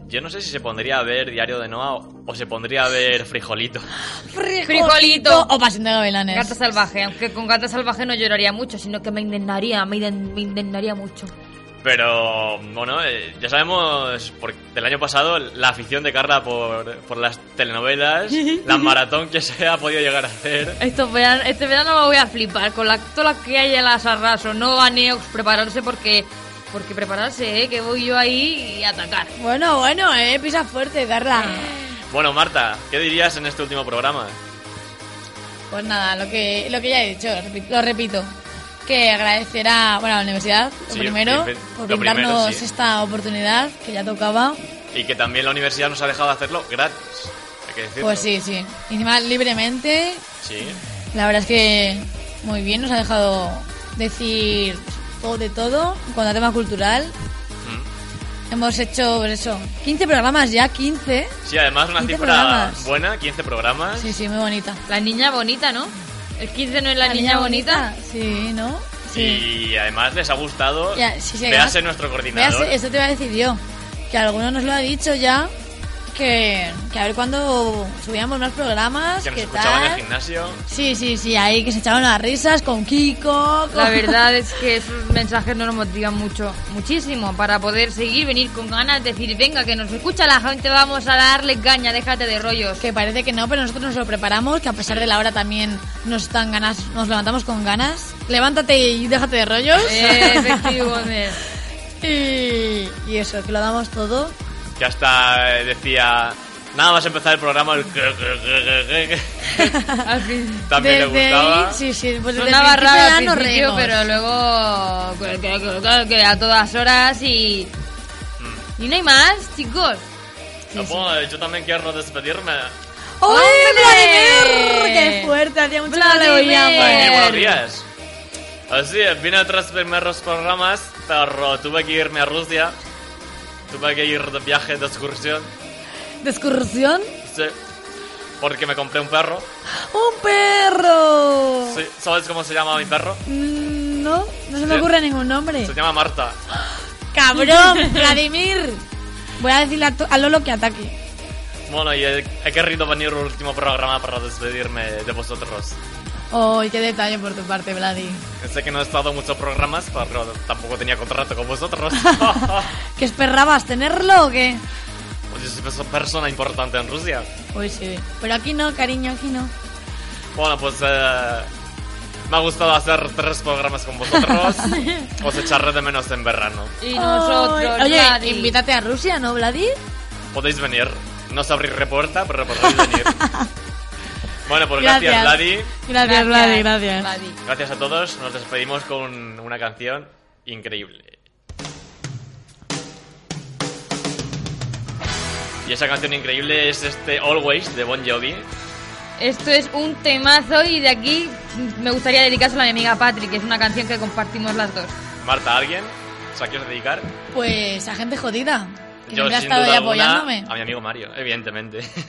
[SPEAKER 2] yo no sé si se pondría a ver Diario de Noa o, o se pondría a ver Frijolito.
[SPEAKER 3] Frijolito.
[SPEAKER 4] Frijolito.
[SPEAKER 3] O pasión de gavilanes.
[SPEAKER 4] Gata salvaje, aunque con gata salvaje no lloraría mucho, sino que me indignaría, me, inden- me indignaría mucho.
[SPEAKER 2] Pero bueno, eh, ya sabemos por- del año pasado la afición de Carla por, por las telenovelas, la maratón que se ha podido llegar a hacer.
[SPEAKER 4] Esto verano, este verano me voy a flipar con la, todas las que hay en las arraso. No a Neox prepararse porque, porque prepararse, ¿eh? que voy yo ahí y atacar.
[SPEAKER 3] Bueno, bueno, eh, pisa fuerte, Carla.
[SPEAKER 2] Bueno, Marta, ¿qué dirías en este último programa?
[SPEAKER 3] Pues nada, lo que, lo que ya he dicho, lo repi- lo repito. Que agradecer a, bueno, a la universidad, lo
[SPEAKER 2] Sí,
[SPEAKER 3] primero,
[SPEAKER 2] bien,
[SPEAKER 3] por
[SPEAKER 2] lo primero,
[SPEAKER 3] brindarnos
[SPEAKER 2] sí.
[SPEAKER 3] esta oportunidad que ya tocaba.
[SPEAKER 2] Y que también la universidad nos ha dejado hacerlo gratis. Hay que decirlo.
[SPEAKER 3] Pues sí, sí. Y encima libremente,
[SPEAKER 2] Sí.
[SPEAKER 3] la verdad es que muy bien, nos ha dejado decir todo de todo. En cuanto a tema cultural,
[SPEAKER 2] Mm.
[SPEAKER 3] hemos hecho, por eso, 15 programas ya, 15.
[SPEAKER 2] Sí, además una
[SPEAKER 3] 15
[SPEAKER 2] cifra
[SPEAKER 3] programas.
[SPEAKER 2] buena, 15 programas.
[SPEAKER 3] Sí, sí, muy bonita.
[SPEAKER 4] La niña bonita, ¿no? El 15 no es la, niña, bonita.
[SPEAKER 3] Sí, ¿no? Sí.
[SPEAKER 2] Y además les ha gustado.
[SPEAKER 3] Ya, sí, sí,
[SPEAKER 2] Véase
[SPEAKER 3] además-
[SPEAKER 2] nuestro coordinador.
[SPEAKER 3] Veas, eso te iba a decir yo, que alguno nos lo ha dicho ya, que, que a ver cuando subíamos más programas,
[SPEAKER 2] Que nos
[SPEAKER 3] qué
[SPEAKER 2] escuchaban en el
[SPEAKER 3] tal.
[SPEAKER 2] gimnasio.
[SPEAKER 3] Sí, sí, sí, ahí que se echaban las risas con Kiko. con-
[SPEAKER 4] La verdad es que esos mensajes no nos motivan mucho, muchísimo, para poder seguir, venir con ganas, decir, venga, que nos escucha la gente, vamos a darle caña, déjate de rollos.
[SPEAKER 3] Que parece que no, pero nosotros nos lo preparamos, que a pesar de la hora también nos dan ganas, nos levantamos con ganas. Levántate y déjate de rollos.
[SPEAKER 4] Eh, Efectivamente.
[SPEAKER 3] y, y eso, que lo damos todo.
[SPEAKER 2] Que hasta eh, decía. Nada más empezar el programa. el que, que, que, que, que".
[SPEAKER 4] Al fin.
[SPEAKER 2] También le
[SPEAKER 3] Desde
[SPEAKER 2] gustaba.
[SPEAKER 3] ahí, sí, sí, pues desde el
[SPEAKER 4] Sonaba
[SPEAKER 3] principio
[SPEAKER 4] raro
[SPEAKER 3] ya
[SPEAKER 4] al
[SPEAKER 3] nos
[SPEAKER 4] principio,
[SPEAKER 3] reímos.
[SPEAKER 4] pero luego que, que- que- que a todas horas y... Y no hay más, chicos. Sí, sí.
[SPEAKER 2] Tampoco, Yo también quiero despedirme.
[SPEAKER 3] ¡Hombre,
[SPEAKER 4] ¡Ole!
[SPEAKER 3] Vladimir! ¡Qué fuerte! Hacía mucho que no le
[SPEAKER 4] Vladimir.
[SPEAKER 3] oíamos.
[SPEAKER 2] Vladimir,
[SPEAKER 4] Bien.
[SPEAKER 2] buenos días. Así es, vine a tres primeros programas, pero tuve que irme a Rusia. Tuve que ir de viaje, de excursión.
[SPEAKER 3] ¿De excursión?
[SPEAKER 2] Sí. Porque me compré un perro.
[SPEAKER 3] ¡Un perro!
[SPEAKER 2] Sí. ¿Sabes cómo se llama mi perro?
[SPEAKER 3] Mm, No, no se me
[SPEAKER 2] Sí.
[SPEAKER 3] ocurre ningún nombre.
[SPEAKER 2] Se llama Marta.
[SPEAKER 3] ¡Cabrón! ¡Vladimir! Voy a decirle a, to- a Lolo que ataque.
[SPEAKER 2] Bueno, y he, he querido venir al último programa para despedirme de vosotros.
[SPEAKER 3] ¡Ay, qué detalle por tu parte, Vladi!
[SPEAKER 2] Sé que no he estado en muchos programas, pero tampoco tenía contrato con vosotros.
[SPEAKER 3] ¿Qué esperabas? ¿Tenerlo o qué?
[SPEAKER 2] Pues yo soy persona importante en Rusia.
[SPEAKER 3] Uy, Pues sí. Pero aquí no, cariño, aquí no.
[SPEAKER 2] Bueno, pues eh, me ha gustado hacer tres programas con vosotros. Os echaré de menos en verano.
[SPEAKER 4] Y nosotros,
[SPEAKER 3] Ay. Oye,
[SPEAKER 4] Vladi.
[SPEAKER 3] invítate a Rusia, ¿no, Vladi?
[SPEAKER 2] Podéis venir. No os abriré puerta, pero podéis venir. bueno, pues gracias, Vladi.
[SPEAKER 3] Gracias, Vladi, gracias.
[SPEAKER 4] Vladi.
[SPEAKER 2] Gracias a todos. Nos despedimos con una canción increíble. Y esa canción increíble es este Always de Bon Jovi.
[SPEAKER 4] Esto es un temazo y de aquí me gustaría dedicárselo a mi amiga Patrick, que es una canción que compartimos las dos.
[SPEAKER 2] Marta, ¿alguien? O sea, ¿quieres dedicar?
[SPEAKER 3] Pues a gente jodida. Que
[SPEAKER 2] Yo,
[SPEAKER 3] siempre ha
[SPEAKER 2] sin
[SPEAKER 3] estado ahí
[SPEAKER 2] duda alguna,
[SPEAKER 3] apoyándome.
[SPEAKER 2] a mi amigo Mario, evidentemente.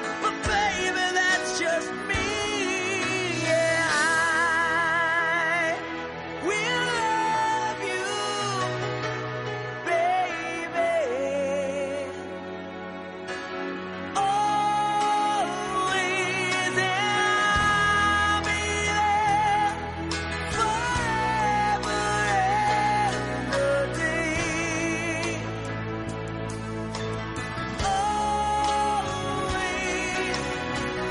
[SPEAKER 10] But baby, that's just me. Yeah, I will love you, baby. Always, and I'll be there forever and a day. Always,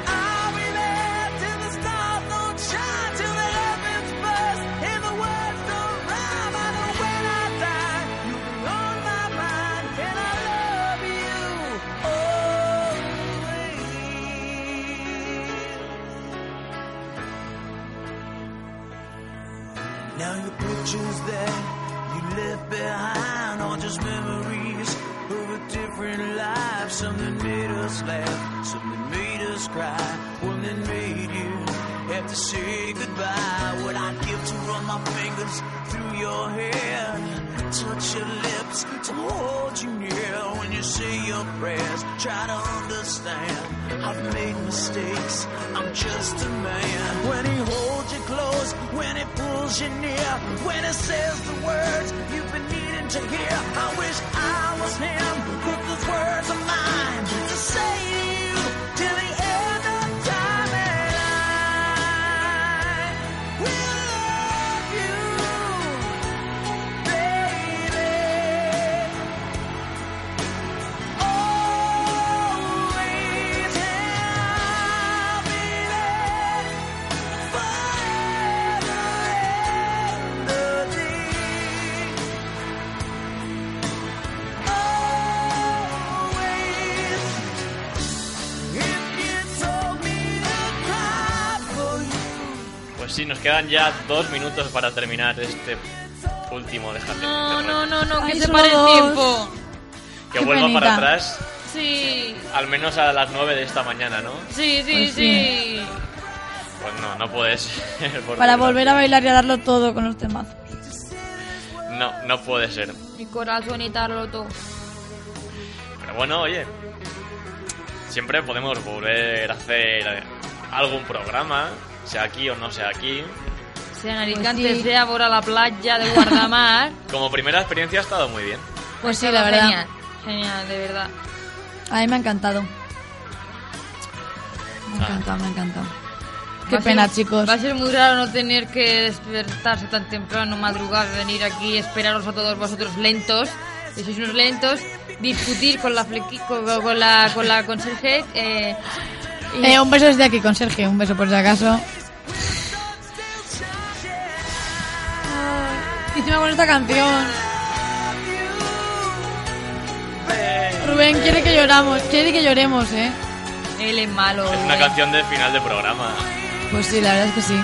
[SPEAKER 10] I'll be there till the stars don't shine, till the heavens burst, and the words don't rhyme. I know when I die, you'll be on my mind, and I love you always. Now your pictures that you left behind are just memories of a different life. Something made us laugh, something made us cry, one that made you have to say goodbye. What I'd give to run my fingers through your hair, touch your lips to hold you near. When you say your prayers, try to understand. I've made mistakes, I'm just a man. When he holds you close, when he pulls you near, when he says the words you've been needing to hear. I wish I was him, but those words are mine to say to you till the end of time. And I will love you, baby. Always, I'll be there forever and a day. Always,
[SPEAKER 2] Pues sí, nos quedan ya dos minutos para terminar este último. Déjate.
[SPEAKER 13] No, no, no, no, que
[SPEAKER 3] Ay,
[SPEAKER 13] se
[SPEAKER 3] solo
[SPEAKER 13] pare el
[SPEAKER 3] dos.
[SPEAKER 13] tiempo.
[SPEAKER 2] que
[SPEAKER 3] qué
[SPEAKER 2] vuelva
[SPEAKER 3] penita.
[SPEAKER 2] para atrás,
[SPEAKER 13] Sí,
[SPEAKER 2] al menos a las 9 de esta mañana, ¿no?
[SPEAKER 13] sí, sí,
[SPEAKER 3] Pues sí.
[SPEAKER 13] sí.
[SPEAKER 2] Pues no, no puede ser. por
[SPEAKER 3] Para
[SPEAKER 2] desgracia.
[SPEAKER 3] volver a bailar y a darlo todo con los temazos.
[SPEAKER 2] No, no puede ser.
[SPEAKER 4] Mi corazón está roto.
[SPEAKER 2] Pero bueno, oye, siempre podemos volver a hacer algún programa, sea aquí o no sea aquí.
[SPEAKER 4] Sea en Alicante,
[SPEAKER 3] Pues sí.
[SPEAKER 4] sea por a la playa de Guardamar.
[SPEAKER 2] Como primera experiencia ha estado muy bien.
[SPEAKER 3] Pues sí,
[SPEAKER 4] Todo
[SPEAKER 3] la verdad.
[SPEAKER 4] Genial, genial, de verdad.
[SPEAKER 3] A mí me ha encantado. Me ha
[SPEAKER 2] Ah.
[SPEAKER 3] encantado, me ha encantado.
[SPEAKER 4] Va
[SPEAKER 3] Qué
[SPEAKER 4] a
[SPEAKER 3] pena,
[SPEAKER 4] ser-
[SPEAKER 3] chicos.
[SPEAKER 4] Va a ser muy raro no tener que despertarse tan temprano, madrugar, venir aquí, esperaros a todos vosotros lentos, que sois unos lentos, discutir con la flequi- con, con la con la conserje. eh, y-
[SPEAKER 3] Eh, un beso desde aquí con Sergio, un beso por si acaso. Ay, Encima con esta canción. Rubén quiere que lloramos, quiere que lloremos, ¿eh?
[SPEAKER 4] él es malo.
[SPEAKER 2] Es una canción de final de programa.
[SPEAKER 3] Pues sí, la verdad es que sí.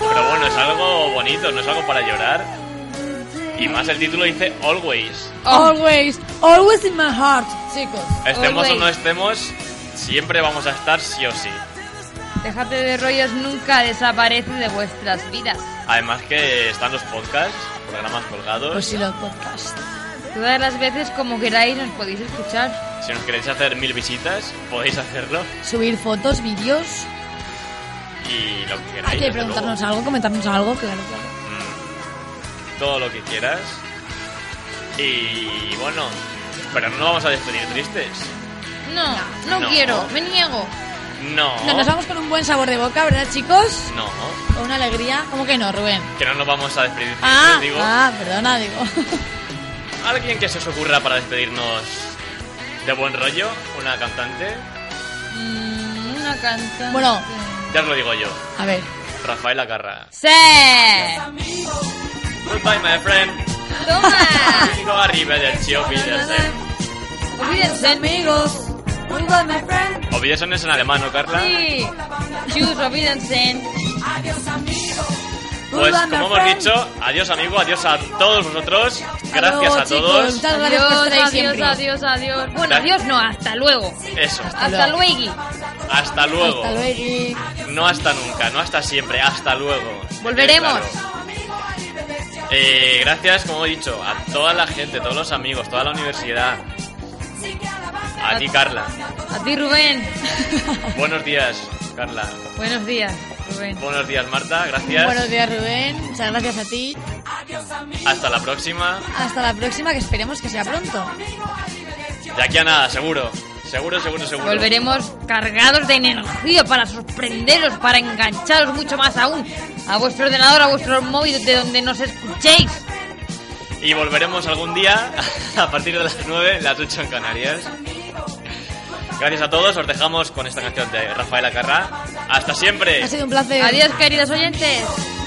[SPEAKER 2] Pero bueno, es algo bonito, no es algo para llorar. Y más el título dice Always.
[SPEAKER 3] Always, always in my heart, chicos.
[SPEAKER 2] Estemos o
[SPEAKER 4] Always.
[SPEAKER 2] no estemos, siempre vamos a estar sí o sí.
[SPEAKER 4] Dejate de rollos, nunca desaparece de vuestras vidas.
[SPEAKER 2] Además que están los podcasts, programas colgados.
[SPEAKER 3] Pues sí, los podcasts.
[SPEAKER 4] Todas las veces como queráis nos podéis escuchar.
[SPEAKER 2] Si nos queréis hacer mil visitas, podéis hacerlo.
[SPEAKER 3] Subir fotos, vídeos.
[SPEAKER 2] Y lo que queráis.
[SPEAKER 3] Hay que
[SPEAKER 2] desde
[SPEAKER 3] preguntarnos
[SPEAKER 2] luego.
[SPEAKER 3] algo, comentarnos algo, claro, claro.
[SPEAKER 2] Mm. Todo lo que quieras. Y bueno, pero no nos vamos a despedir tristes.
[SPEAKER 4] No, no,
[SPEAKER 2] No.
[SPEAKER 4] quiero, me niego.
[SPEAKER 2] No.
[SPEAKER 3] Nos, nos vamos con un buen sabor de boca, ¿verdad, chicos?
[SPEAKER 2] No,
[SPEAKER 3] Con una alegría. ¿Cómo que no, Rubén?
[SPEAKER 2] que no nos vamos a despedir tristes.
[SPEAKER 3] Ah,
[SPEAKER 2] digo,
[SPEAKER 3] ah, perdona, digo.
[SPEAKER 2] alguien que se os ocurra para despedirnos de buen rollo, una cantante,
[SPEAKER 4] Mm, una canción.
[SPEAKER 3] Bueno.
[SPEAKER 2] ya os lo digo yo,
[SPEAKER 3] A ver.
[SPEAKER 2] Rafael Acarra.
[SPEAKER 4] ¡Sí!
[SPEAKER 2] Goodbye, my friend.
[SPEAKER 4] ¡Toma!
[SPEAKER 2] Digo arrivederci, Ovidesen.
[SPEAKER 4] Olvídense, amigos.
[SPEAKER 2] Ovidesen es en alemán, ¿no, Carla?
[SPEAKER 4] Sí. Chus, olvídense.
[SPEAKER 2] Pues como hemos dicho, adiós amigo, adiós a todos vosotros,
[SPEAKER 3] Hasta
[SPEAKER 2] gracias
[SPEAKER 3] luego,
[SPEAKER 2] a todos.
[SPEAKER 3] chicos. Muchas gracias por
[SPEAKER 4] Adiós,
[SPEAKER 3] estar ahí
[SPEAKER 4] adiós,
[SPEAKER 3] siempre.
[SPEAKER 4] adiós, adiós. Bueno, adiós no, hasta luego.
[SPEAKER 2] Eso,
[SPEAKER 4] Hasta luego.
[SPEAKER 2] hasta luego.
[SPEAKER 3] Hasta luego.
[SPEAKER 2] No hasta nunca, no hasta siempre, hasta luego.
[SPEAKER 4] Volveremos.
[SPEAKER 2] Claro. Eh, gracias, como he dicho, a toda la gente, todos los amigos, toda la universidad. A ti, Carla.
[SPEAKER 4] A ti, Rubén.
[SPEAKER 2] Buenos días, Carla.
[SPEAKER 4] Buenos días, Rubén.
[SPEAKER 2] Buenos días, Marta.
[SPEAKER 3] Buenos
[SPEAKER 2] Gracias.
[SPEAKER 3] días, Rubén. Muchas gracias a ti.
[SPEAKER 2] Hasta la próxima.
[SPEAKER 3] Hasta la próxima, que esperemos que sea pronto.
[SPEAKER 2] De aquí a nada, seguro. Seguro, seguro, seguro.
[SPEAKER 4] Volveremos cargados de energía para sorprenderos, para engancharos mucho más aún a vuestro ordenador, a vuestro móvil, de donde nos escuchéis.
[SPEAKER 2] Y volveremos algún día a partir de las 9, las 8 en Canarias. Gracias a todos, os dejamos con esta canción de Rafael Acarrá. Hasta siempre.
[SPEAKER 3] Ha sido un placer.
[SPEAKER 4] Adiós, queridos oyentes.